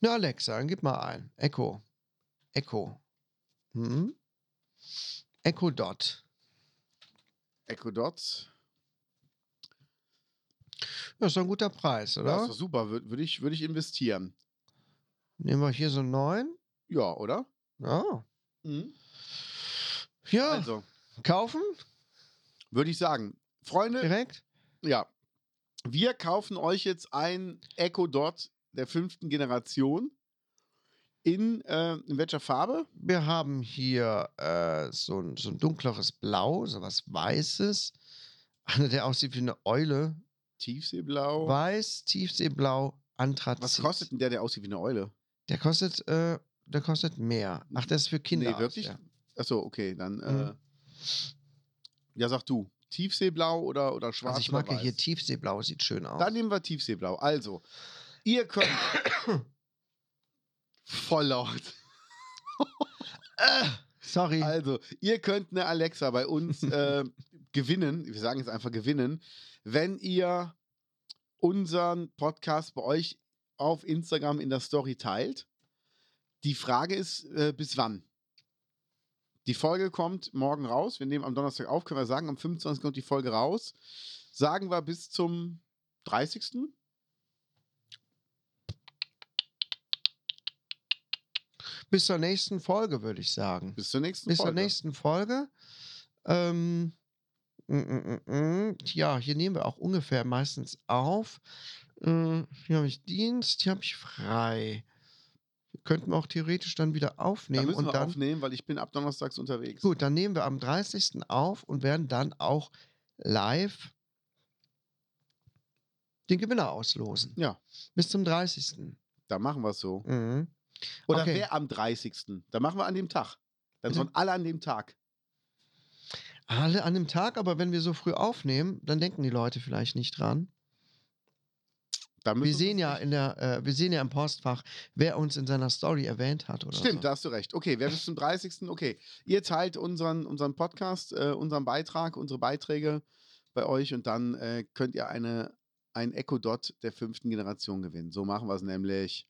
Na, Alexa, dann gib mal ein. Echo. Echo. Hm? Echo Dot.
Echo Dots?
Das ist doch ein guter Preis,
Ja,
oder?
ist doch super. Würde würd ich, würd ich investieren.
Nehmen wir hier so einen neuen?
Ja, oder?
Ja.
Mhm.
Ja,
Also,
kaufen
würde ich sagen. Freunde,
direkt.
Ja. Wir kaufen euch jetzt ein Echo Dot der fünften Generation. In, äh, in welcher Farbe?
Wir haben hier äh, so, ein, so ein dunkleres Blau, so was Weißes. Einer, der aussieht wie eine Eule.
Tiefseeblau.
Weiß, Tiefseeblau, Anthrazit.
Oh. Was kostet denn der, der aussieht wie eine Eule?
Der kostet, äh, der kostet mehr. Ach, das ist für Kinder.
nee, wirklich?
aus,
Achso, okay, dann.
Mhm.
Äh, ja, sag du. Tiefseeblau oder, oder
ja.
schwarz?
Also ich mag
oder
ja
weiß?
hier Tiefseeblau, sieht schön aus.
Dann nehmen wir Tiefseeblau. Also, ihr könnt. voll laut.
Sorry.
Also, ihr könnt eine Alexa bei uns äh, gewinnen. Wir sagen jetzt einfach gewinnen, wenn ihr unseren Podcast bei euch auf Instagram in der Story teilt. Die Frage ist, äh, bis wann? Die Folge kommt morgen raus. Wir nehmen am Donnerstag auf, können wir sagen, am 25. kommt die Folge raus. Sagen wir bis zum 30.
Bis zur nächsten Folge, würde ich sagen.
Bis zur nächsten
Bis zur
Folge.
nächsten Folge. Ähm, mm, mm, mm, mm. Ja, hier nehmen wir auch ungefähr meistens auf. Äh, hier habe ich Dienst, hier habe ich frei. Könnten wir auch theoretisch dann wieder
da
aufnehmen
müssen
und
wir
dann.
aufnehmen, weil ich bin ab Donnerstags unterwegs.
Gut, dann nehmen wir am 30. auf und werden dann auch live den Gewinner auslosen.
Ja.
Bis zum 30.
Da machen wir es so.
Mhm.
Oder
Okay.
wer am 30. Da machen wir an dem Tag. Dann
Bitte?
sollen alle an dem Tag.
Alle an dem Tag, aber wenn wir so früh aufnehmen, dann denken die Leute vielleicht nicht dran.
Da müssen
Wir
uns
sehen ja
echt-
in der, äh, wir sehen ja im Postfach, wer uns in seiner Story erwähnt hat, oder?
Stimmt,
so.
da hast du recht. Okay, wer bis zum 30. Okay, ihr teilt unseren, unseren Podcast, äh, unseren Beitrag, unsere Beiträge bei euch und dann äh, könnt ihr eine, ein Echo Dot der fünften Generation gewinnen. So machen wir es nämlich.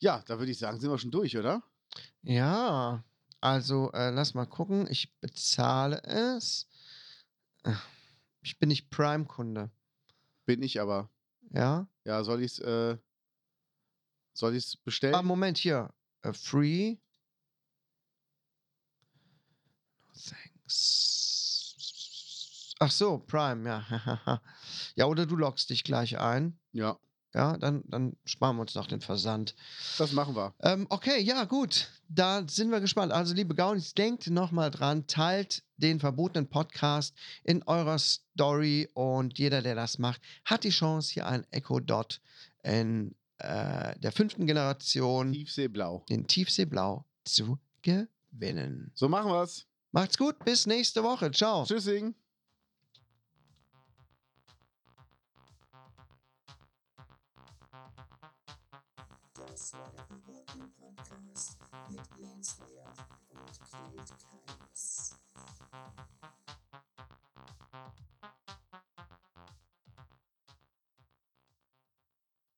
Ja, da würde ich sagen, sind wir schon durch, oder?
Ja. Also, äh, lass mal gucken. Ich bezahle es. Ich bin nicht Prime-Kunde.
Bin ich aber.
Ja.
Ja, soll ich es äh, soll ich's bestellen?
Ah, Moment, hier. Äh, free. Thanks. Ach so, Prime, ja. ja, oder du loggst dich gleich ein.
ja,
Ja, dann, dann sparen wir uns noch den Versand.
das machen wir.
Ähm, okay, ja, gut. Da sind wir gespannt. Also, liebe Gaunis, denkt nochmal dran, teilt den verbotenen Podcast in eurer Story und jeder, der das macht, hat die Chance, hier ein Echo Dot in äh, der fünften Generation
Tiefseeblau.
in Tiefseeblau zu gewinnen.
So machen wir's.
Macht's gut, bis nächste Woche. Ciao.
Tschüssing.